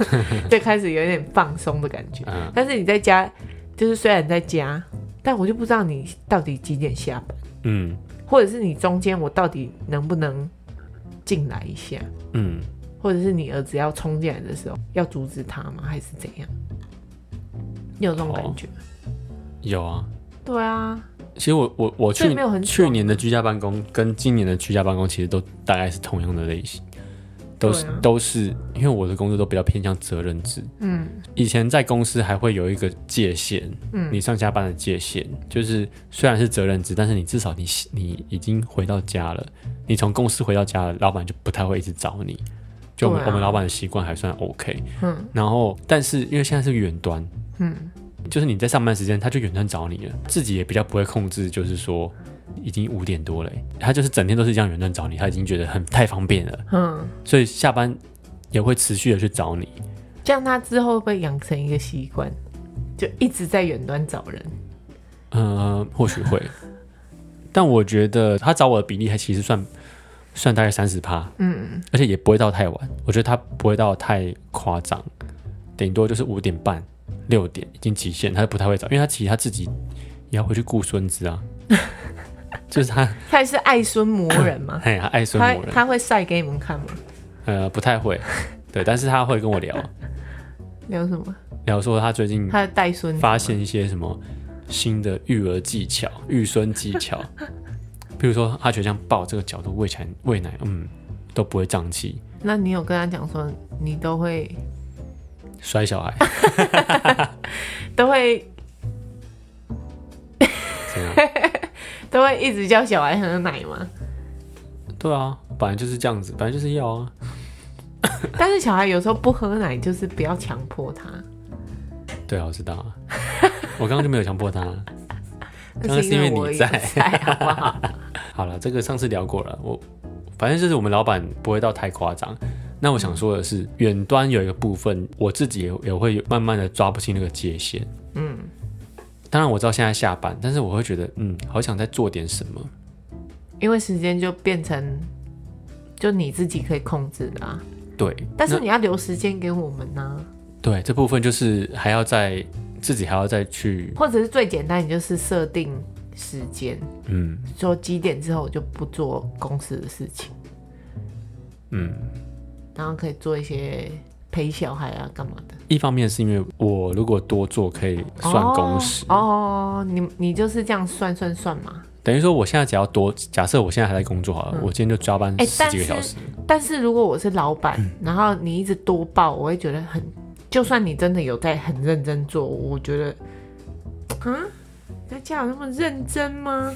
[SPEAKER 2] 就开始有点放松的感觉。
[SPEAKER 1] 嗯，
[SPEAKER 2] 但是你在家，就是虽然在家，但我就不知道你到底几点下班。
[SPEAKER 1] 嗯
[SPEAKER 2] 或者是你中间我到底能不能进来一下，
[SPEAKER 1] 嗯，
[SPEAKER 2] 或者是你儿子要冲进来的时候要阻止他吗？还是怎样？你有这种
[SPEAKER 1] 啊
[SPEAKER 2] 感觉？
[SPEAKER 1] 有啊。
[SPEAKER 2] 对啊，
[SPEAKER 1] 其实我我我
[SPEAKER 2] 所以
[SPEAKER 1] 去
[SPEAKER 2] 没有很爽
[SPEAKER 1] 去年的居家办公跟今年的居家办公其实都大概是同样的类型，都是、
[SPEAKER 2] 对啊
[SPEAKER 1] 都是因为我的工作都比较偏向责任制，
[SPEAKER 2] 嗯
[SPEAKER 1] 以前在公司还会有一个界限，
[SPEAKER 2] 嗯
[SPEAKER 1] 你上下班的界限，就是虽然是责任制，但是你至少你你已经回到家了，你从公司回到家了，老板就不太会一直找你。就我们、
[SPEAKER 2] 对啊
[SPEAKER 1] 我们老板的习惯还算 OK，
[SPEAKER 2] 嗯
[SPEAKER 1] 然后但是因为现在是远端，
[SPEAKER 2] 嗯，
[SPEAKER 1] 就是你在上班时间，他就远端找你了，自己也比较不会控制，就是说已经五点多了欸，他就是整天都是这样远端找你，他已经觉得很太方便了，
[SPEAKER 2] 嗯，
[SPEAKER 1] 所以下班也会持续的去找你。
[SPEAKER 2] 这样他之后会不会养成一个习惯，就一直在远端找人？
[SPEAKER 1] 呃，或许会， 但我觉得他找我的比例还其实算算大概三十趴，
[SPEAKER 2] 嗯，
[SPEAKER 1] 而且也不会到太晚。我觉得他不会到太夸张，顶多就是五点半、六点已经极限，他不太会找，因为他其实他自己也要回去顾孙子啊， 就是他
[SPEAKER 2] 他也是爱孙魔人 吗？
[SPEAKER 1] 哎呀爱孙
[SPEAKER 2] 他
[SPEAKER 1] 某人，
[SPEAKER 2] 他会晒给你们看吗？
[SPEAKER 1] 呃，不太会，对，但是他会跟我聊
[SPEAKER 2] 聊什么？
[SPEAKER 1] 聊说他最近
[SPEAKER 2] 他的带孙子吗
[SPEAKER 1] 发现一些什么新的育儿技巧、育孙技巧， 比如说他觉得这样抱这个角度喂奶喂奶，嗯，都不会胀气，
[SPEAKER 2] 那你有跟他讲说你都会
[SPEAKER 1] 摔小孩
[SPEAKER 2] 都会
[SPEAKER 1] 怎样？
[SPEAKER 2] 都会一直叫小孩喝奶 吗？
[SPEAKER 1] 对啊，本来就是这样子，本来就是要啊，
[SPEAKER 2] 但是小孩有时候不喝奶，就是不要强迫他，
[SPEAKER 1] 对啊，我知道啊， 我刚刚就没有强迫他。刚
[SPEAKER 2] 那
[SPEAKER 1] 刚是因为
[SPEAKER 2] 我
[SPEAKER 1] 你
[SPEAKER 2] 也
[SPEAKER 1] 在
[SPEAKER 2] 在，好不好？
[SPEAKER 1] 好了，这个上次聊过了，我。反正就是我们老板不会到太夸张。那我想说的是，远端有一个部分，我自己也也会慢慢的抓不清那个界限。
[SPEAKER 2] 嗯，
[SPEAKER 1] 当然我知道现在下班，但是我会觉得，嗯，好想再做点什么。
[SPEAKER 2] 因为时间就变成就你自己可以控制的啊。
[SPEAKER 1] 对，
[SPEAKER 2] 但是
[SPEAKER 1] 那
[SPEAKER 2] 你要留时间给我们啊呢、
[SPEAKER 1] 对这部分就是还要再自己还要再去，
[SPEAKER 2] 或者是最简单，你就是设定时间，
[SPEAKER 1] 嗯
[SPEAKER 2] 说几点之后我就不做公司的事情，
[SPEAKER 1] 嗯。
[SPEAKER 2] 然后可以做一些陪小孩啊干嘛的。
[SPEAKER 1] 一方面是因为我如果多做可以算工时，
[SPEAKER 2] 哦哦，你你就是这样算算算嘛。
[SPEAKER 1] 等于说我现在只要多，假设我现在还在工作好了，我今天就加班
[SPEAKER 2] 哎
[SPEAKER 1] 十
[SPEAKER 2] 但
[SPEAKER 1] 几个
[SPEAKER 2] 是
[SPEAKER 1] 小时，
[SPEAKER 2] 但是如果我是老板，
[SPEAKER 1] 嗯
[SPEAKER 2] 然后你一直多报，我会觉得很，就算你真的有在很认真做，我觉得，啊，大家有那么认真吗？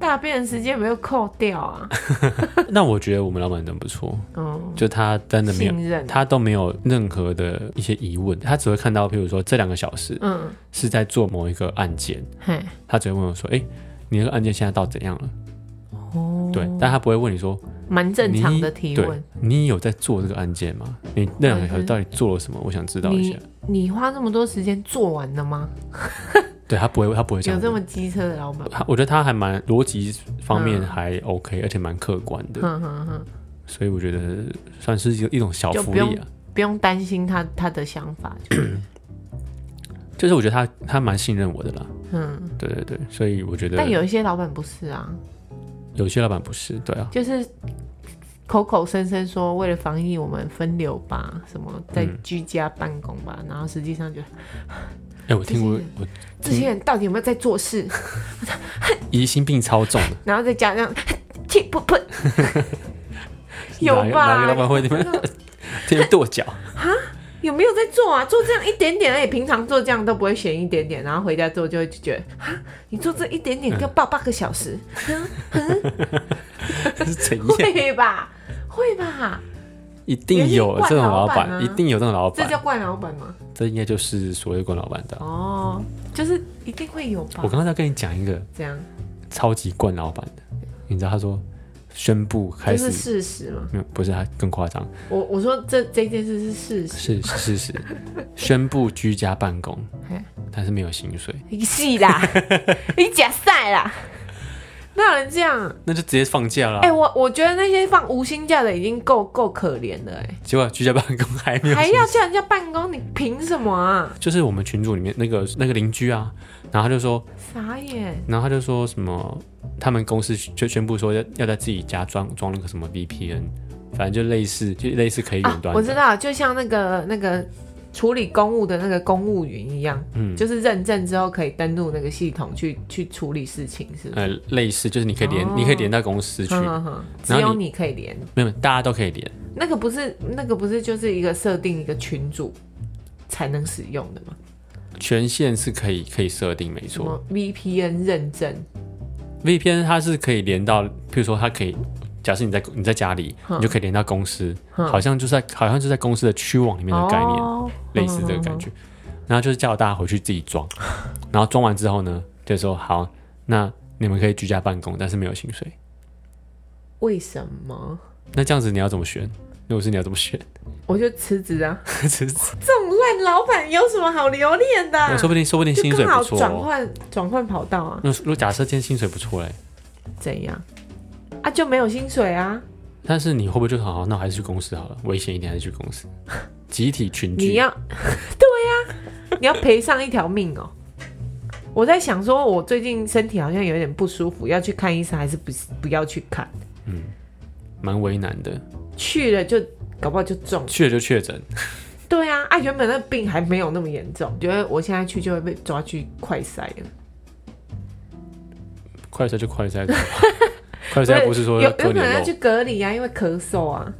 [SPEAKER 2] 大便的时间有没有扣掉啊？
[SPEAKER 1] 那我觉得我们老板真的不错，
[SPEAKER 2] 嗯，
[SPEAKER 1] 就他真的没有，
[SPEAKER 2] 信任，
[SPEAKER 1] 他都没有任何的一些疑问，他只会看到，譬如说这两个小时
[SPEAKER 2] 嗯，
[SPEAKER 1] 是在做某一个案件，
[SPEAKER 2] 嘿，
[SPEAKER 1] 他只会问我说，哎、你那个案件现在到怎样了？
[SPEAKER 2] 哦，
[SPEAKER 1] 对，但他不会问你说，
[SPEAKER 2] 蛮正常的提
[SPEAKER 1] 对
[SPEAKER 2] 问。，
[SPEAKER 1] 你有在做这个案件吗？你那两个小时到底做了什么？我想知道一下
[SPEAKER 2] 你。你花那么多时间做完了吗？
[SPEAKER 1] 对他不会，他不会这
[SPEAKER 2] 有
[SPEAKER 1] 样
[SPEAKER 2] 这
[SPEAKER 1] 问。
[SPEAKER 2] 么机车的老板？
[SPEAKER 1] 他我觉得他还蛮逻辑方面
[SPEAKER 2] 嗯
[SPEAKER 1] 还 OK，、而且蛮客观的，
[SPEAKER 2] 哼哼哼，
[SPEAKER 1] 所以我觉得算是一个一种小
[SPEAKER 2] 就
[SPEAKER 1] 福
[SPEAKER 2] 不用
[SPEAKER 1] 利啊。
[SPEAKER 2] 不用担心他他的想法，就是
[SPEAKER 1] 就是我觉得他他蛮信任我的啦，
[SPEAKER 2] 嗯。
[SPEAKER 1] 对对对，所以我觉得
[SPEAKER 2] 但有一些老板不是啊，
[SPEAKER 1] 有些老板不是，对啊，
[SPEAKER 2] 就是口口声声说为了防疫我们分流吧，什么在
[SPEAKER 1] 嗯
[SPEAKER 2] 居家办公吧，然后实际上就
[SPEAKER 1] 哎、我听过我
[SPEAKER 2] 这些人到底有没有在 做事，
[SPEAKER 1] 疑心病超重的，
[SPEAKER 2] 然后再加上气噗噗， 有
[SPEAKER 1] 哪个
[SPEAKER 2] 吧
[SPEAKER 1] 哪个老板会这 边这边跺脚？
[SPEAKER 2] 有没有在做啊？做这样一点点而已，平常做这样都不会选一点点，然后回家做就会觉得啊，你做这一点
[SPEAKER 1] 嗯
[SPEAKER 2] 点要报八个 小时，
[SPEAKER 1] 是怎样？
[SPEAKER 2] 会吧？会 吧？
[SPEAKER 1] 一定有这种老板，
[SPEAKER 2] 也是惯老板啊
[SPEAKER 1] 一定有这种老
[SPEAKER 2] 这
[SPEAKER 1] 板，
[SPEAKER 2] 叫惯老板吗？
[SPEAKER 1] 这应该就是所谓惯老板的啊。
[SPEAKER 2] 哦，就是一定会有吧
[SPEAKER 1] 我？刚刚在跟你讲一个
[SPEAKER 2] 这样
[SPEAKER 1] 超级惯老板的，你知道他说宣布开
[SPEAKER 2] 这
[SPEAKER 1] 始
[SPEAKER 2] 是事实嘛？
[SPEAKER 1] 没有，不是他更夸张，
[SPEAKER 2] 我我说这这件事是事
[SPEAKER 1] 是
[SPEAKER 2] 实，
[SPEAKER 1] 是是，宣布居家办公
[SPEAKER 2] 嘿，
[SPEAKER 1] 但是没有薪水，
[SPEAKER 2] 你戏 啦，你假赛啦，哪有人这样？
[SPEAKER 1] 那就直接放假啦。
[SPEAKER 2] 哎、我我觉得那些放无薪假的已经够够可怜了、哎，
[SPEAKER 1] 结果居家办公还没有
[SPEAKER 2] 还
[SPEAKER 1] 薪
[SPEAKER 2] 要
[SPEAKER 1] 水，
[SPEAKER 2] 叫人家办公，你凭什么啊？
[SPEAKER 1] 就是我们群组里面那个那个邻居啊，然后他就说，
[SPEAKER 2] 傻眼，
[SPEAKER 1] 然后他就说什么，他们公司就宣布说要要在自己家装装那个什么 VPN，反正就类似就类似可以远端的、
[SPEAKER 2] 啊我知道，就像那个那个处理公务的那个公务云一样，
[SPEAKER 1] 嗯
[SPEAKER 2] 就是认证之后可以登录那个系统去去处理事情，是不是？
[SPEAKER 1] 呃，类似就是你可以连、
[SPEAKER 2] 哦
[SPEAKER 1] 你可以连到公司去，
[SPEAKER 2] 哼哼哼，只
[SPEAKER 1] 嗯然后
[SPEAKER 2] 有
[SPEAKER 1] 你
[SPEAKER 2] 你可以连，
[SPEAKER 1] 没有大家都可以连，
[SPEAKER 2] 那个不是那个不是就是一个设定一个群组才能使用的吗？
[SPEAKER 1] 权限是可以可以设定，没
[SPEAKER 2] 什
[SPEAKER 1] 错。
[SPEAKER 2] 么 VPN 认证，
[SPEAKER 1] VPN 它是可以连到，譬如说它可以，假设你在你在家里，
[SPEAKER 2] 哼
[SPEAKER 1] 你就可以连到公司，
[SPEAKER 2] 哼
[SPEAKER 1] 好像就是在好像就在公司的区网里面的概念，
[SPEAKER 2] 嗯哦嗯
[SPEAKER 1] 类似这个感。觉。然后就是叫大家回去自己 装，然后装完之后呢，就说好，那你们可以居家办公，但是没有薪水。
[SPEAKER 2] 为什么？
[SPEAKER 1] 那这样子你要怎么选？如果是你要怎么选？
[SPEAKER 2] 我就辞职啊！
[SPEAKER 1] 辞职
[SPEAKER 2] 这种烂老板有什么好留恋的啊、
[SPEAKER 1] 那说不定说不定薪
[SPEAKER 2] 就
[SPEAKER 1] 水
[SPEAKER 2] 刚好
[SPEAKER 1] 不错、
[SPEAKER 2] 转
[SPEAKER 1] 哦。
[SPEAKER 2] 换转换跑道啊，
[SPEAKER 1] 那如果假设今天薪水不错嘞，
[SPEAKER 2] 怎样？啊，就没有薪水啊！
[SPEAKER 1] 但是你会不会就好好，那我还是去公司好了，危险一点还是去公 司，集体群
[SPEAKER 2] 你
[SPEAKER 1] 居。
[SPEAKER 2] 要 对呀、你要赔上一条命哦。我在想说，我最近身体好像有点不舒服，要去看医生还是不不要去看？
[SPEAKER 1] 蛮为难的，
[SPEAKER 2] 去了就搞不好就中。
[SPEAKER 1] 去了就确 诊，
[SPEAKER 2] 对啊，啊，原本那病还没有那么严重，觉得我现在去就会被抓去快筛了。
[SPEAKER 1] 快筛就快筛，快筛不是说要
[SPEAKER 2] 有
[SPEAKER 1] 割
[SPEAKER 2] 有可
[SPEAKER 1] 你
[SPEAKER 2] 能
[SPEAKER 1] 的
[SPEAKER 2] 要
[SPEAKER 1] 肉嗯
[SPEAKER 2] 去，隔离啊，因为咳嗽啊，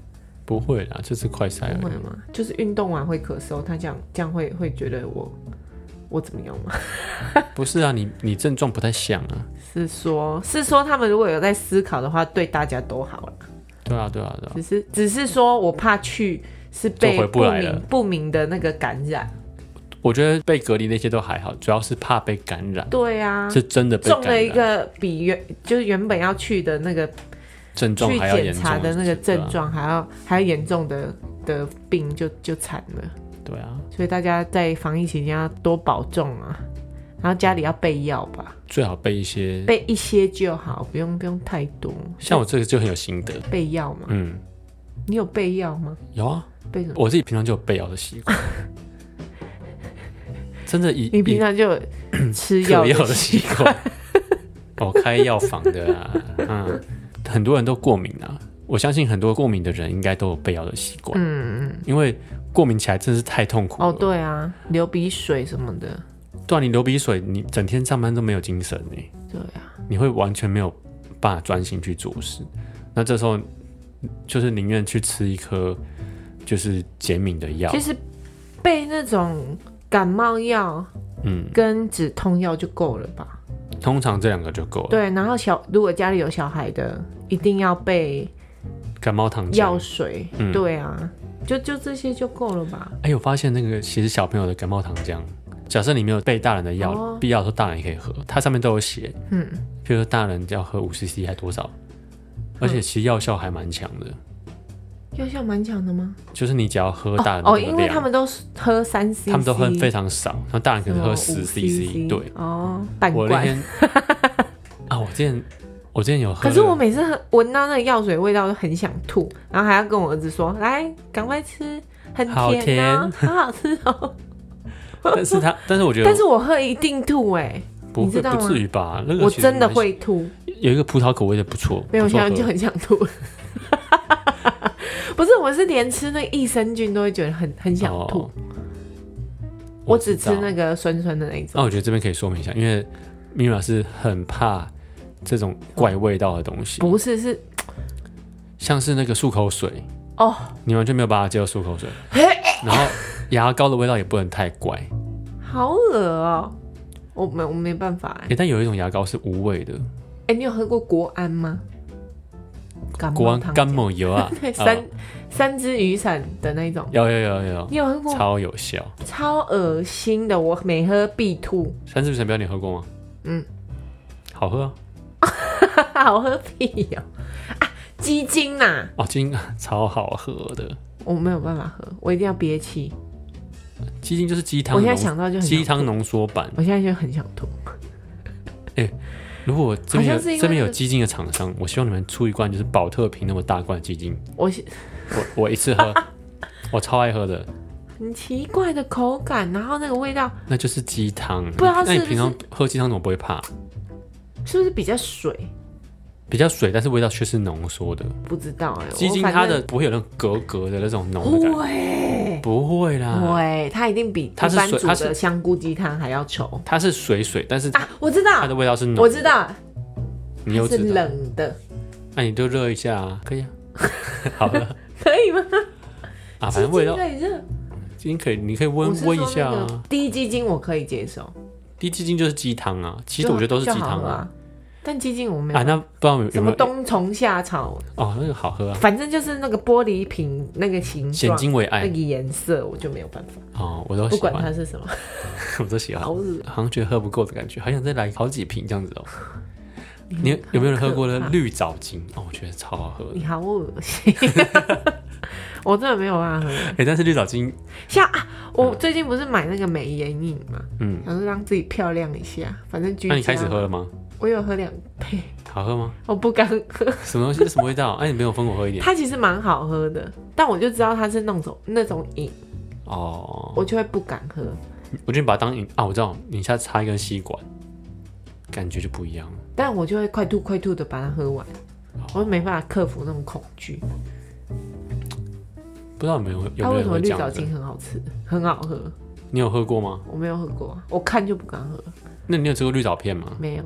[SPEAKER 1] 不会啦，这是快筛
[SPEAKER 2] 不
[SPEAKER 1] 而
[SPEAKER 2] 会
[SPEAKER 1] 已。
[SPEAKER 2] 吗？就是运动完会咳嗽，他这样这样会会觉得我我怎么样吗？
[SPEAKER 1] 不是啊，你你症状不太像啊。
[SPEAKER 2] 是说，是说他们如果有在思考的话，对大家都好了。
[SPEAKER 1] 对啊，对啊，对啊，
[SPEAKER 2] 只是只是说我怕去是被
[SPEAKER 1] 就回不
[SPEAKER 2] 不
[SPEAKER 1] 来了
[SPEAKER 2] 明不明的那个感染。
[SPEAKER 1] 我觉得被隔离那些都还好，主要是怕被感染，
[SPEAKER 2] 对啊，
[SPEAKER 1] 是真的被
[SPEAKER 2] 中
[SPEAKER 1] 感
[SPEAKER 2] 了一
[SPEAKER 1] 染，
[SPEAKER 2] 个比原就是原本要去的那个
[SPEAKER 1] 症状
[SPEAKER 2] 去
[SPEAKER 1] 还要严
[SPEAKER 2] 检
[SPEAKER 1] 重
[SPEAKER 2] 查的那个症
[SPEAKER 1] 对啊
[SPEAKER 2] 状还要还要严重的的病就就惨了。
[SPEAKER 1] 对啊，
[SPEAKER 2] 所以大家在防疫期间要多保重啊，然后家里要备药吧，
[SPEAKER 1] 最好备一些。
[SPEAKER 2] 备一些就好，不用不用太多。
[SPEAKER 1] 像我这个就很有心得，
[SPEAKER 2] 备药嘛，
[SPEAKER 1] 嗯，
[SPEAKER 2] 你有备药吗？
[SPEAKER 1] 有啊，
[SPEAKER 2] 备什么？
[SPEAKER 1] 我自己平常就有备药的习 惯，真的以，
[SPEAKER 2] 你平
[SPEAKER 1] 以
[SPEAKER 2] 常就有吃
[SPEAKER 1] 嗑
[SPEAKER 2] 药
[SPEAKER 1] 嗯药的
[SPEAKER 2] 的
[SPEAKER 1] 习惯， 哦，开药房的啊，嗯，很多人都过敏啊，我相信很多过敏的人应该都有备药的习惯，
[SPEAKER 2] 嗯嗯，
[SPEAKER 1] 因为过敏起来真是太痛苦了。
[SPEAKER 2] 哦对啊，流鼻水什么的，
[SPEAKER 1] 对啊，你流鼻水，你整天上班都没有精神呢、
[SPEAKER 2] 对啊，
[SPEAKER 1] 你会完全没有办法专心去做事。那这时候就是宁愿去吃一颗就是减敏的药
[SPEAKER 2] 其，实备那种感冒药
[SPEAKER 1] 嗯，
[SPEAKER 2] 跟止痛药就够了吧。
[SPEAKER 1] 通常这两个就够了。
[SPEAKER 2] 对，然后小如果家里有小孩的，一定要备
[SPEAKER 1] 感冒糖
[SPEAKER 2] 药
[SPEAKER 1] 浆，
[SPEAKER 2] 水。
[SPEAKER 1] 嗯
[SPEAKER 2] 对啊，就就这些就够了吧？
[SPEAKER 1] 哎，我发现那个其实小朋友的感冒糖浆，假设你没有备大人的药，
[SPEAKER 2] 哦
[SPEAKER 1] 必要的时候大人也可以喝，它上面都有写，
[SPEAKER 2] 嗯，
[SPEAKER 1] 譬如说大人要喝五 CC 还多少，而
[SPEAKER 2] 嗯
[SPEAKER 1] 且其实药效还蛮强的，
[SPEAKER 2] 药效蛮强的吗？
[SPEAKER 1] 就是你只要喝大人的
[SPEAKER 2] 哦，
[SPEAKER 1] 量，
[SPEAKER 2] 因为他们都是喝三 C，
[SPEAKER 1] 他们都喝非常少，然后大人可能喝十
[SPEAKER 2] CC，
[SPEAKER 1] CC，对，
[SPEAKER 2] 哦，半
[SPEAKER 1] 我那
[SPEAKER 2] 罐。
[SPEAKER 1] 天啊，我之前我之前有喝，
[SPEAKER 2] 可是我每次喝闻到那个药水味道就很想吐，然后还要跟我儿子说：“来，赶快吃，很
[SPEAKER 1] 好
[SPEAKER 2] 甜啊，好好吃 哦。
[SPEAKER 1] 但是 他，但是我觉”得
[SPEAKER 2] 但是我喝一定吐哎，
[SPEAKER 1] 不
[SPEAKER 2] 你
[SPEAKER 1] 会
[SPEAKER 2] 知道吗
[SPEAKER 1] 不至于吧？那个
[SPEAKER 2] 我
[SPEAKER 1] 其实
[SPEAKER 2] 真的
[SPEAKER 1] 蛮
[SPEAKER 2] 会吐。
[SPEAKER 1] 有一个葡萄口味的不错，
[SPEAKER 2] 没有，
[SPEAKER 1] 不
[SPEAKER 2] 现
[SPEAKER 1] 错
[SPEAKER 2] 在
[SPEAKER 1] 喝
[SPEAKER 2] 就很想吐。 不是，我是连吃那个益生菌都会觉得很很想吐。
[SPEAKER 1] 哦
[SPEAKER 2] 我只吃那
[SPEAKER 1] 个。
[SPEAKER 2] 个酸酸的那一种。
[SPEAKER 1] 那我觉得这边可以说明一下，因为米玛是很怕这种怪味道的东西，
[SPEAKER 2] 不是，是
[SPEAKER 1] 像是那个漱口水，
[SPEAKER 2] 哦，
[SPEAKER 1] 你完全没有办法接受漱口 水，然后牙膏的味道也不能太怪。
[SPEAKER 2] 好恶哦、我没我没办法哎、
[SPEAKER 1] 诶但有一种牙膏是无味的，
[SPEAKER 2] 哎、你有喝过国安吗？感
[SPEAKER 1] 国
[SPEAKER 2] 冒
[SPEAKER 1] 安
[SPEAKER 2] 汤
[SPEAKER 1] 干某油 啊
[SPEAKER 2] 对，
[SPEAKER 1] 啊
[SPEAKER 2] 三、三只雨伞的那一种，
[SPEAKER 1] 有有有有
[SPEAKER 2] 你有喝过？
[SPEAKER 1] 超有效。
[SPEAKER 2] 超恶心的，我每喝必吐，
[SPEAKER 1] 三只神标你喝过吗？
[SPEAKER 2] 嗯，
[SPEAKER 1] 好喝啊！
[SPEAKER 2] 好喝屁哦、啊，鸡精呐、
[SPEAKER 1] 哦，金 超好喝的，
[SPEAKER 2] 我没有办法喝，我一定要憋气。
[SPEAKER 1] 鸡精就是鸡汤
[SPEAKER 2] 我
[SPEAKER 1] 浓，
[SPEAKER 2] 现在想到就很想
[SPEAKER 1] 鸡汤浓缩版。
[SPEAKER 2] 我现在就很想吐。
[SPEAKER 1] 如果这边
[SPEAKER 2] 好
[SPEAKER 1] 有
[SPEAKER 2] 像是因为
[SPEAKER 1] 这边
[SPEAKER 2] 那
[SPEAKER 1] 有
[SPEAKER 2] 个
[SPEAKER 1] 鸡精的厂商，我希望你们出一罐就是宝特瓶那么大罐的鸡精，
[SPEAKER 2] 我是
[SPEAKER 1] 我我一次 喝，我超爱喝的，
[SPEAKER 2] 很奇怪的口感，然后那个味道
[SPEAKER 1] 那就是鸡汤。
[SPEAKER 2] 不知道
[SPEAKER 1] 那
[SPEAKER 2] 是
[SPEAKER 1] 你
[SPEAKER 2] 不
[SPEAKER 1] 平常喝鸡汤怎么不会怕？
[SPEAKER 2] 是不是比较水？
[SPEAKER 1] 比较水，但是味道却是浓缩的。
[SPEAKER 2] 不知道哎、我
[SPEAKER 1] 鸡精
[SPEAKER 2] 反
[SPEAKER 1] 它
[SPEAKER 2] 正
[SPEAKER 1] 的不会有那种格格的那种浓的感觉，
[SPEAKER 2] 会
[SPEAKER 1] 不会啦，
[SPEAKER 2] 会，它一定比一
[SPEAKER 1] 它是
[SPEAKER 2] 般
[SPEAKER 1] 水
[SPEAKER 2] 煮
[SPEAKER 1] 它是
[SPEAKER 2] 的香菇鸡汤还要稠
[SPEAKER 1] 它是水水，但是
[SPEAKER 2] 啊！我知
[SPEAKER 1] 它
[SPEAKER 2] 道
[SPEAKER 1] 的，味道是浓的。
[SPEAKER 2] 啊我知道，
[SPEAKER 1] 你又
[SPEAKER 2] 是
[SPEAKER 1] 知道，
[SPEAKER 2] 冷的，
[SPEAKER 1] 那你就热一下啊，可以啊。 好了。
[SPEAKER 2] 可以吗？
[SPEAKER 1] 啊， 反正味道
[SPEAKER 2] 鸡精可以热，
[SPEAKER 1] 鸡精可以，你可以
[SPEAKER 2] 我
[SPEAKER 1] 温
[SPEAKER 2] 是说
[SPEAKER 1] 温一下
[SPEAKER 2] 那
[SPEAKER 1] 啊
[SPEAKER 2] 个。低鸡精我可以接受，
[SPEAKER 1] 低鸡精就是鸡汤啊，其
[SPEAKER 2] 其
[SPEAKER 1] 实我觉得都是鸡汤啊。
[SPEAKER 2] 啊。但鸡精我没有
[SPEAKER 1] 啊，，那不知道有有
[SPEAKER 2] 什
[SPEAKER 1] 没
[SPEAKER 2] 么
[SPEAKER 1] 有
[SPEAKER 2] 冬虫夏草，
[SPEAKER 1] 哦，那个好喝啊，
[SPEAKER 2] 反正就是那个玻璃瓶那个形
[SPEAKER 1] 显
[SPEAKER 2] 状、
[SPEAKER 1] 精为
[SPEAKER 2] 那
[SPEAKER 1] 爱
[SPEAKER 2] 个颜色，我就没有办法，
[SPEAKER 1] 哦，我都
[SPEAKER 2] 哎不
[SPEAKER 1] 喜
[SPEAKER 2] 管
[SPEAKER 1] 欢，嗯
[SPEAKER 2] 它是什么，
[SPEAKER 1] 我都喜欢
[SPEAKER 2] 好，恶
[SPEAKER 1] 好像觉得喝不够的感觉，好想再来好几瓶这样 子哦。你有
[SPEAKER 2] 好
[SPEAKER 1] 有没有人喝过
[SPEAKER 2] 嗯可
[SPEAKER 1] 的
[SPEAKER 2] 怕
[SPEAKER 1] 绿藻精？哦，我觉得超好喝的。
[SPEAKER 2] 你好恶心， 我真的没有办法喝。
[SPEAKER 1] 哎、但是绿藻精，
[SPEAKER 2] 像啊，我最近不是买那个美颜饮嘛，
[SPEAKER 1] 嗯，
[SPEAKER 2] 想说让自己漂亮一下，反正居家。
[SPEAKER 1] 那你开始喝？了吗？
[SPEAKER 2] 我有喝两杯，
[SPEAKER 1] 好喝吗？
[SPEAKER 2] 我不敢喝。
[SPEAKER 1] 什么东西？这什么味道？ 哎、你没有分我喝一点
[SPEAKER 2] 它其实蛮好喝的，但我就知道它是那种那种饮，
[SPEAKER 1] 哦。
[SPEAKER 2] 我就会不敢喝。
[SPEAKER 1] 我觉得你把它当饮啊，我知道，你下次插一根吸管，感觉就不一样了。
[SPEAKER 2] 但我就会快吐快吐的把它喝完，
[SPEAKER 1] 哦
[SPEAKER 2] 我没办法克服那种恐惧。
[SPEAKER 1] 不知道有没有
[SPEAKER 2] 它、
[SPEAKER 1] 有没有
[SPEAKER 2] 啊为
[SPEAKER 1] 人
[SPEAKER 2] 什么
[SPEAKER 1] 会
[SPEAKER 2] 绿
[SPEAKER 1] 这样
[SPEAKER 2] 藻
[SPEAKER 1] 子？
[SPEAKER 2] 精很好吃，很好喝？
[SPEAKER 1] 你有喝过吗？
[SPEAKER 2] 我没有喝过啊，我看就不敢喝，
[SPEAKER 1] 那你有吃过绿藻片吗？
[SPEAKER 2] 没有。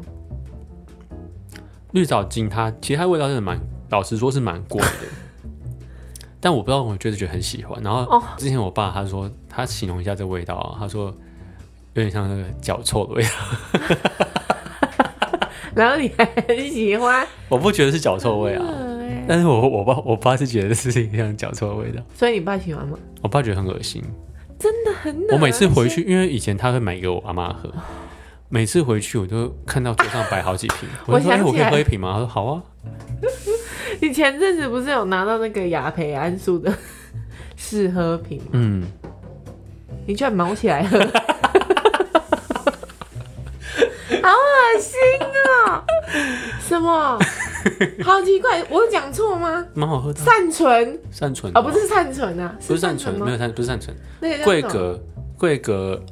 [SPEAKER 1] 绿藻精它其实它味道真的蛮，老实说是蛮怪的， 但我不知道，我就是觉得很喜欢。然后
[SPEAKER 2] 哦
[SPEAKER 1] 之前我爸他说他形容一下这味道啊，他说有点像那个脚臭的味道，
[SPEAKER 2] 然后你还很喜欢，
[SPEAKER 1] 我不觉得是脚臭味啊，
[SPEAKER 2] 呃
[SPEAKER 1] 但是我我爸我爸是觉得是一像脚臭的味道，
[SPEAKER 2] 所以你爸喜欢吗？
[SPEAKER 1] 我爸觉得很恶心。
[SPEAKER 2] 真的很
[SPEAKER 1] 我每次回去，因为以前他会买给我阿妈喝。每次回去我都看到桌上摆好几瓶，我
[SPEAKER 2] 我
[SPEAKER 1] 就说：“哎、
[SPEAKER 2] 想
[SPEAKER 1] 我可
[SPEAKER 2] 起
[SPEAKER 1] 以
[SPEAKER 2] 来
[SPEAKER 1] 喝一瓶吗？”他说：“好啊。
[SPEAKER 2] 你前阵子不是有拿到那个雅培安素的试喝瓶吗？
[SPEAKER 1] 嗯，
[SPEAKER 2] 你居然毛起来喝， 好恶心啊！什么？好奇怪，我有讲错吗？
[SPEAKER 1] 蛮好喝的啊。
[SPEAKER 2] 善存
[SPEAKER 1] 善存
[SPEAKER 2] 啊、不是善存啊，
[SPEAKER 1] 不是善存，没
[SPEAKER 2] 吗
[SPEAKER 1] 有？善不是善存，
[SPEAKER 2] 那个叫
[SPEAKER 1] 桂
[SPEAKER 2] 什么
[SPEAKER 1] 格桂格。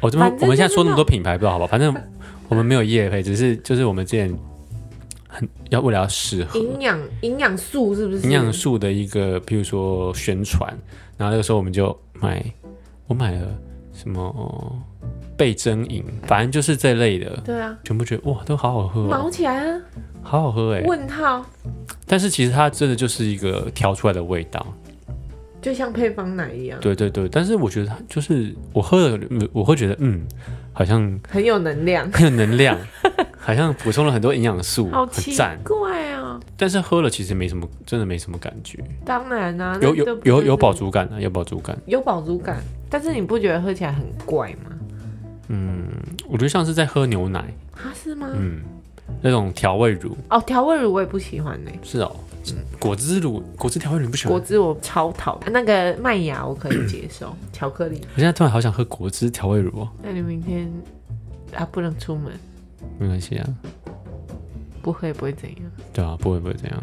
[SPEAKER 1] 我这
[SPEAKER 2] 反
[SPEAKER 1] 边我
[SPEAKER 2] 正
[SPEAKER 1] 们现在说那么
[SPEAKER 2] 就是那
[SPEAKER 1] 多品牌，不知道好不好？反正我们没有业配，只是就是我们之前很要为了要适合
[SPEAKER 2] 营养营养素是不是？
[SPEAKER 1] 营养素的一个，譬如说宣传，然后那个时候我们就买，我买了什么倍增饮，反正就是这类的，
[SPEAKER 2] 对啊，
[SPEAKER 1] 全部觉得哇，都好好喝、
[SPEAKER 2] 毛
[SPEAKER 1] 哦，
[SPEAKER 2] 起来啊！
[SPEAKER 1] 好好喝哎、
[SPEAKER 2] 问号，
[SPEAKER 1] 但是其实它真的就是一个调出来的味道，
[SPEAKER 2] 就像配方奶一样，
[SPEAKER 1] 对对对。但是我觉得它就是我喝了，嗯我会觉得嗯，好像
[SPEAKER 2] 很有能量，
[SPEAKER 1] 很有能量，好像补充了很多营养素，
[SPEAKER 2] 好
[SPEAKER 1] 很
[SPEAKER 2] 奇
[SPEAKER 1] 赞。
[SPEAKER 2] 怪啊！
[SPEAKER 1] 但是喝了其实没什么，真的没什么感觉，
[SPEAKER 2] 当然啦、啊，
[SPEAKER 1] 有
[SPEAKER 2] 那
[SPEAKER 1] 有
[SPEAKER 2] 都
[SPEAKER 1] 有有饱
[SPEAKER 2] 就是
[SPEAKER 1] 足感啊，有饱足感。
[SPEAKER 2] 有饱足感，但是你不觉得喝起来很怪吗？
[SPEAKER 1] 我觉得像是在喝牛奶。
[SPEAKER 2] 啊，是吗？
[SPEAKER 1] 嗯，那种调味乳
[SPEAKER 2] 哦，调味乳我也不喜欢呢、
[SPEAKER 1] 是哦，果汁乳、果汁调味乳你不喜欢？
[SPEAKER 2] 果
[SPEAKER 1] 我
[SPEAKER 2] 汁我超讨厌，那个麦芽我可以接 受，巧克力。
[SPEAKER 1] 现在突然好想喝果汁调味乳哦，
[SPEAKER 2] 那你明天啊不能出门，
[SPEAKER 1] 没关系啊，
[SPEAKER 2] 不喝也不会怎样。
[SPEAKER 1] 对啊，不会不会这样。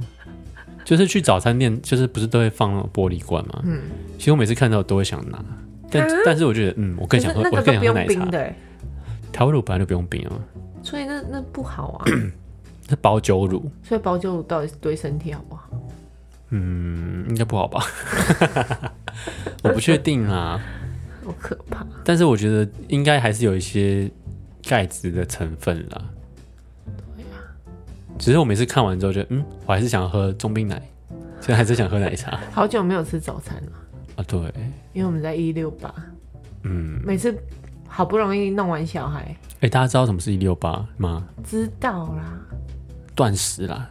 [SPEAKER 1] 就是去早餐店，就是不是都会放那种玻璃罐吗？
[SPEAKER 2] 嗯，
[SPEAKER 1] 其实我每次看到都会想拿，但、
[SPEAKER 2] 啊
[SPEAKER 1] 但是我觉得，嗯，我更想喝，
[SPEAKER 2] 可是那
[SPEAKER 1] 我
[SPEAKER 2] 个
[SPEAKER 1] 更
[SPEAKER 2] 都
[SPEAKER 1] 想喝
[SPEAKER 2] 不用
[SPEAKER 1] 奶
[SPEAKER 2] 冰
[SPEAKER 1] 茶。
[SPEAKER 2] 的、欸，
[SPEAKER 1] 调味乳本来就不用冰啊，
[SPEAKER 2] 所以那那不好 啊。
[SPEAKER 1] 那保酒乳，
[SPEAKER 2] 所以保酒乳到底是对身体好不好？
[SPEAKER 1] 嗯，应该不好 吧？我不确定啊，
[SPEAKER 2] 好可怕。
[SPEAKER 1] 但是我觉得应该还是有一些钙质的成分啦。
[SPEAKER 2] 对啊，
[SPEAKER 1] 只是我每次看完之后觉得，嗯，我还是想喝中冰奶，所以还是想喝奶茶
[SPEAKER 2] 好久没有吃早餐了，
[SPEAKER 1] 啊。对，
[SPEAKER 2] 因为我们在一六八，
[SPEAKER 1] 嗯，
[SPEAKER 2] 每次好不容易弄完小孩，
[SPEAKER 1] 哎、大家知道什么是一六八吗？
[SPEAKER 2] 知道啦
[SPEAKER 1] 断食啦，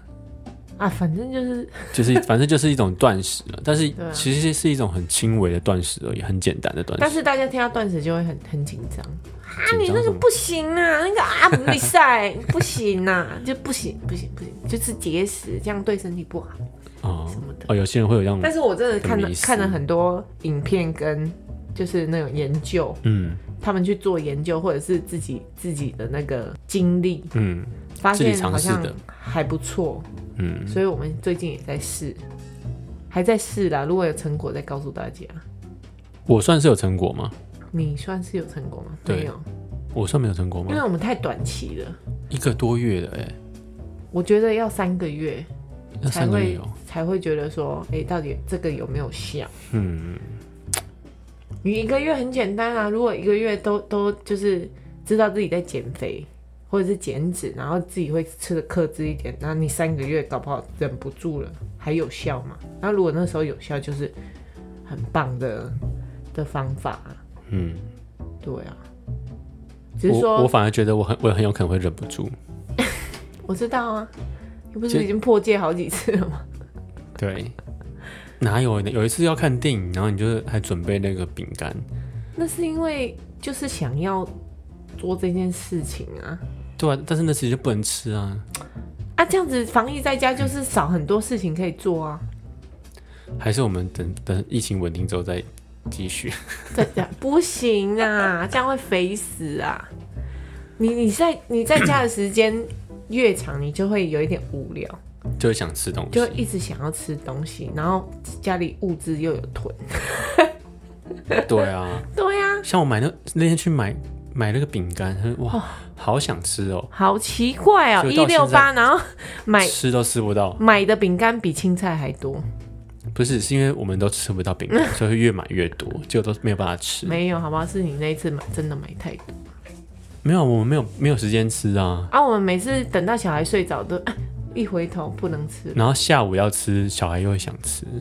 [SPEAKER 2] 啊，反正就是
[SPEAKER 1] 就是 反正就是一种断食了，但是
[SPEAKER 2] 对啊
[SPEAKER 1] 其实是一种很轻微的断食而已，很简单的断
[SPEAKER 2] 但
[SPEAKER 1] 食。
[SPEAKER 2] 是大家听到断食就会很很紧张啊，
[SPEAKER 1] 紧张
[SPEAKER 2] 你那
[SPEAKER 1] 什
[SPEAKER 2] 个
[SPEAKER 1] 么
[SPEAKER 2] 不行啊，那个啊不比赛 不行啊，就不行不行不行，就是节食，这样对身体不好
[SPEAKER 1] 哦
[SPEAKER 2] 什么的。
[SPEAKER 1] 哦，有些人会有这样，
[SPEAKER 2] 但是我真的看了
[SPEAKER 1] 很迷思
[SPEAKER 2] 看了很多影片跟就是那种研究，
[SPEAKER 1] 嗯
[SPEAKER 2] 他们去做研究或者是自己自己的那个经历，
[SPEAKER 1] 嗯
[SPEAKER 2] 发现
[SPEAKER 1] 自己
[SPEAKER 2] 好
[SPEAKER 1] 尝试的
[SPEAKER 2] 像还不错，
[SPEAKER 1] 嗯，
[SPEAKER 2] 所以我们最近也在试，还在试啦。如果有成果再告诉大家。
[SPEAKER 1] 我算是有成果吗？
[SPEAKER 2] 你算是有成果吗？
[SPEAKER 1] 对
[SPEAKER 2] 没有，
[SPEAKER 1] 我算没有成果
[SPEAKER 2] 因为
[SPEAKER 1] 吗？
[SPEAKER 2] 我们太短期了。
[SPEAKER 1] 一个多月的哎、欸，
[SPEAKER 2] 我觉得要三个月
[SPEAKER 1] 那
[SPEAKER 2] 才
[SPEAKER 1] 三个月
[SPEAKER 2] 会
[SPEAKER 1] 哦、
[SPEAKER 2] 才会觉得说，哎、到底这个有没有效？
[SPEAKER 1] 嗯，
[SPEAKER 2] 你一个月很简单啊，如果一个月都都就是知道自己在减肥或者是减脂，然后自己会吃的克制一点，然后你三个月搞不好忍不住了，还有效嘛？那如果那时候有效，就是很棒的的方法啊、
[SPEAKER 1] 嗯，
[SPEAKER 2] 对啊。只是说
[SPEAKER 1] 我我反而觉得我很我很有可能会忍不住，
[SPEAKER 2] 我知道啊，你不
[SPEAKER 1] 就是
[SPEAKER 2] 已经破戒好几次了吗？
[SPEAKER 1] 对，哪有有一次要看电影，然后你就是还准备那个饼干，
[SPEAKER 2] 那是因为就是想要做这件事情啊
[SPEAKER 1] 对啊，但是那其实就不能吃啊，
[SPEAKER 2] 啊，这样子防疫在家就是少很多事情可以做啊，
[SPEAKER 1] 还是我们等等疫情稳定之后再继续。
[SPEAKER 2] 这样 不行啊，这样会肥死啊！你你在你在家的时间越长，你就会有一点无聊，
[SPEAKER 1] 就会想吃东
[SPEAKER 2] 就
[SPEAKER 1] 西，
[SPEAKER 2] 一直想要吃东西，然后家里物资又有囤，
[SPEAKER 1] 对啊，
[SPEAKER 2] 对呀、
[SPEAKER 1] 像我买那那天去买买那个饼干，
[SPEAKER 2] 哦
[SPEAKER 1] 哇，好想吃哦，
[SPEAKER 2] 好奇怪哦，
[SPEAKER 1] 所以
[SPEAKER 2] 一
[SPEAKER 1] 到现
[SPEAKER 2] 六八，然后买
[SPEAKER 1] 吃都吃不到，
[SPEAKER 2] 买的饼干比青菜还多。
[SPEAKER 1] 不是是因为我们都吃不到饼干，所以会越买越多，结果都没有办法吃。
[SPEAKER 2] 没有，好不好？是你那一次买真的买太多
[SPEAKER 1] 没有，我们没有没有时间吃啊，
[SPEAKER 2] 啊！我们每次等到小孩睡着都、啊一回头不能吃了。
[SPEAKER 1] 然后下午要吃，小孩又会想吃，嗯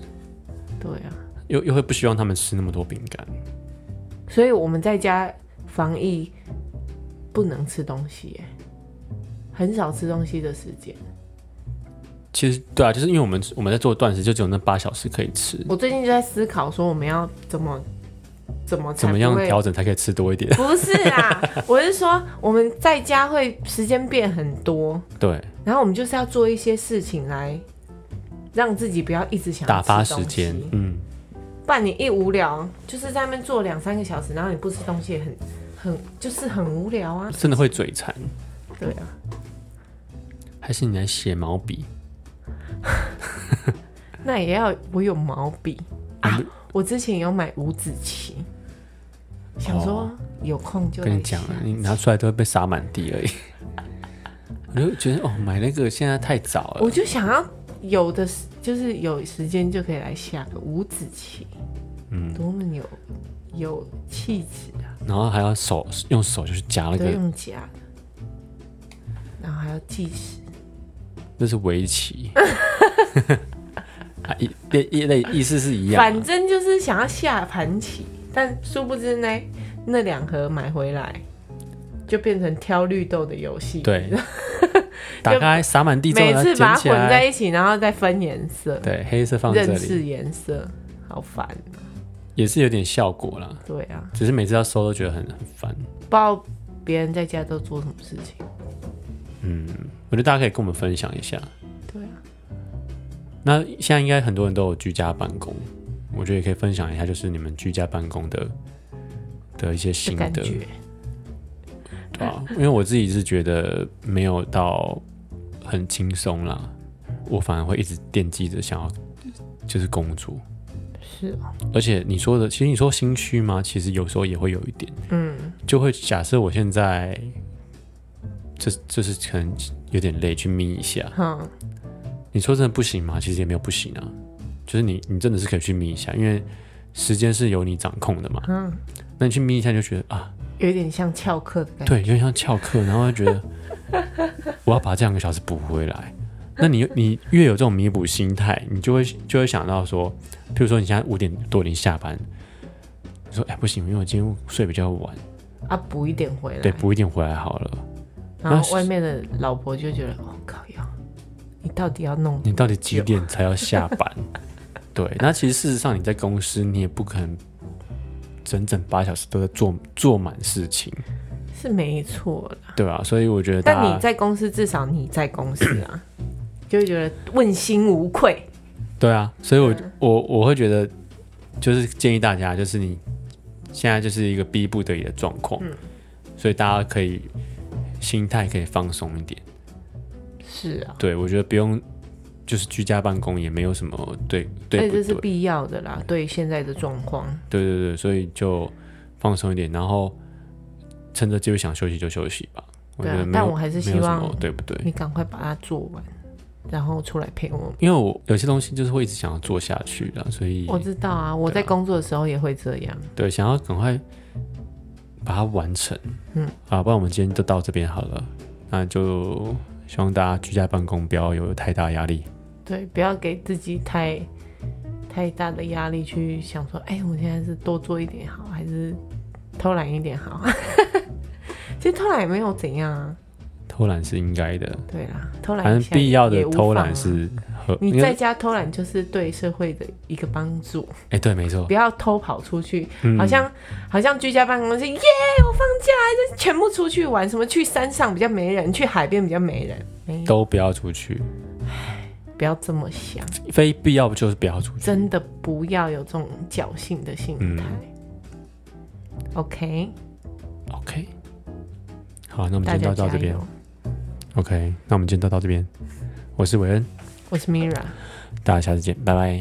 [SPEAKER 2] 对啊，
[SPEAKER 1] 又又会不希望他们吃那么多饼干。
[SPEAKER 2] 所以我们在家防疫不能吃东西耶，很少吃东西的时间。
[SPEAKER 1] 其实对啊，就是因为我们我们在做断食，就只有那八小时可以吃，
[SPEAKER 2] 我最近就在思考说，我们要怎么怎么才
[SPEAKER 1] 怎
[SPEAKER 2] 不
[SPEAKER 1] 么
[SPEAKER 2] 会
[SPEAKER 1] 样调整才可以吃多一点？
[SPEAKER 2] 不是啦，我是说我们在家会时间变很多，
[SPEAKER 1] 对，
[SPEAKER 2] 然后我们就是要做一些事情来让自己不要一直想要
[SPEAKER 1] 打发
[SPEAKER 2] 吃东
[SPEAKER 1] 时间
[SPEAKER 2] 西，
[SPEAKER 1] 嗯，
[SPEAKER 2] 不然你一无聊，就是在那边坐两三个小时，然后你不吃东西也很很就是很无聊啊。
[SPEAKER 1] 真的会嘴馋，
[SPEAKER 2] 对啊，
[SPEAKER 1] 还是你来写毛笔？
[SPEAKER 2] 那也要我有毛笔啊。
[SPEAKER 1] 嗯
[SPEAKER 2] 我之前有买五子棋，想说
[SPEAKER 1] 哦
[SPEAKER 2] 有空就
[SPEAKER 1] 跟
[SPEAKER 2] 来
[SPEAKER 1] 你讲
[SPEAKER 2] 下
[SPEAKER 1] 啊，你拿出来都会被撒满地而已。 我就觉得哦，买那个现在太早
[SPEAKER 2] 我
[SPEAKER 1] 了，
[SPEAKER 2] 就想要有的时就是有时间就可以来下个五子棋，
[SPEAKER 1] 嗯，
[SPEAKER 2] 多么有有气质啊！
[SPEAKER 1] 然后还要手用手就是夹那
[SPEAKER 2] 都
[SPEAKER 1] 个，
[SPEAKER 2] 用夹的，然后还要计时，
[SPEAKER 1] 那是围棋， 啊，一一一类意思是一样
[SPEAKER 2] 反
[SPEAKER 1] 啊，
[SPEAKER 2] 正就是想要下盘棋，但殊不知呢，那两盒买回来就变成挑绿豆的游戏，，
[SPEAKER 1] 对，打开撒满地之后，
[SPEAKER 2] 每
[SPEAKER 1] 然后
[SPEAKER 2] 次把
[SPEAKER 1] 捡
[SPEAKER 2] 它
[SPEAKER 1] 起
[SPEAKER 2] 混在
[SPEAKER 1] 来，
[SPEAKER 2] 一起，然后再分颜色，
[SPEAKER 1] 对，黑色放这
[SPEAKER 2] 认
[SPEAKER 1] 里
[SPEAKER 2] 识颜色，好烦啊！
[SPEAKER 1] 也是有点效果啦，
[SPEAKER 2] 对啊，
[SPEAKER 1] 只是每次要收都觉得很很烦。
[SPEAKER 2] 不知道别人在家都做什么事情，
[SPEAKER 1] 我觉得大家可以跟我们分享一下。
[SPEAKER 2] 对啊。
[SPEAKER 1] 那现在应该很多人都有居家办公，我觉得也可以分享一下，就是你们居家办公的的一些
[SPEAKER 2] 的
[SPEAKER 1] 心
[SPEAKER 2] 感
[SPEAKER 1] 得，
[SPEAKER 2] 觉。
[SPEAKER 1] 对吧、因为我自己是觉得没有到很轻松啦，我反而会一直惦记着想要就是工作，
[SPEAKER 2] 是哦，
[SPEAKER 1] 而且你说的，其实你说心虚吗？其实有时候也会有一点，
[SPEAKER 2] 嗯，
[SPEAKER 1] 就会假设我现在这就是可能有点累，去眯一下，
[SPEAKER 2] 哼，
[SPEAKER 1] 你说真的不行吗？其实也没有不行啊，就是你你真的是可以去眯一下，因为时间是由你掌控的嘛。
[SPEAKER 2] 嗯，
[SPEAKER 1] 那你去眯一下你就觉得啊，
[SPEAKER 2] 有点像翘课的感觉。
[SPEAKER 1] 对，就像翘课，然后就觉得 我要把这两个小时补回来。那你你越有这种弥补心态，你就会就会想到说，譬如说你现在五点多已经下班，你说哎、不行，因为我今天睡比较晚，
[SPEAKER 2] 啊，补一点回来。
[SPEAKER 1] 对，补一点回来好了。
[SPEAKER 2] 然后外面的老婆就觉得，哦，靠呀，你到底要弄？
[SPEAKER 1] 你到底几点才要下 班？对，那其实事实上你在公司，你也不可能整整八小时都在做做满事情，
[SPEAKER 2] 是没错啦，
[SPEAKER 1] 对吧、所以我觉得大
[SPEAKER 2] 但你
[SPEAKER 1] 家
[SPEAKER 2] 在公司，至少你在公 司啊，就会觉得问心无愧。
[SPEAKER 1] 对啊，所以我我我会觉得，就是建议大家，就是你现在就是一个逼不得已的状况，所以大家可以心态可以放松一点。
[SPEAKER 2] 是啊，
[SPEAKER 1] 对我觉得不用，就是居家办公也没有什么对
[SPEAKER 2] 而
[SPEAKER 1] 对
[SPEAKER 2] 且
[SPEAKER 1] 不对
[SPEAKER 2] 这是。必要的啦，对于现在的状况。
[SPEAKER 1] 对对对，所以就放松一点，然后趁着机会想休息就休息吧。我
[SPEAKER 2] 对
[SPEAKER 1] 觉
[SPEAKER 2] 啊
[SPEAKER 1] 得没有，
[SPEAKER 2] 但我还是希
[SPEAKER 1] 没有什
[SPEAKER 2] 望
[SPEAKER 1] 么对不对？
[SPEAKER 2] 你赶快把它做完，然后出来陪我们。
[SPEAKER 1] 因为我有些东西就是会一直想要做下去的，所以
[SPEAKER 2] 我知道啊，我在工作的时候也会这样。
[SPEAKER 1] 对想要赶快把它完成。
[SPEAKER 2] 嗯，
[SPEAKER 1] 啊，不然我们今天就到这边好了。那就希望大家居家办公不要有太大压力。
[SPEAKER 2] 对，不要给自己太太大的压力，去想说，哎、我现在是多做一点好，还是偷懒一点好？ 其实偷懒也没有怎样啊，
[SPEAKER 1] 偷懒是应该的，
[SPEAKER 2] 对啦，偷
[SPEAKER 1] 反
[SPEAKER 2] 懒一
[SPEAKER 1] 正
[SPEAKER 2] 下
[SPEAKER 1] 必要的
[SPEAKER 2] 也无
[SPEAKER 1] 偷懒
[SPEAKER 2] 妨啊。
[SPEAKER 1] 是合。应
[SPEAKER 2] 你
[SPEAKER 1] 该
[SPEAKER 2] 在家偷懒就是对社会的一个帮助，
[SPEAKER 1] 哎，对，没错
[SPEAKER 2] 不。要偷跑出去，
[SPEAKER 1] 嗯
[SPEAKER 2] 好像好像居家办公室，耶，我放假了就全部出去玩，什么去山上比较没人，去海边比较没人，没有，
[SPEAKER 1] 都不要出去，
[SPEAKER 2] 不要这么想，
[SPEAKER 1] 非必要就是不要出去。
[SPEAKER 2] 真的不要有这种侥幸的心态。OK，
[SPEAKER 1] OK，好，那我们
[SPEAKER 2] 大
[SPEAKER 1] 今天
[SPEAKER 2] 家
[SPEAKER 1] 就到
[SPEAKER 2] 加
[SPEAKER 1] 这边
[SPEAKER 2] 油。。
[SPEAKER 1] OK，那我们今天就到这边，我是韦恩，
[SPEAKER 2] 我是 Mira。
[SPEAKER 1] 大家下次见，拜拜。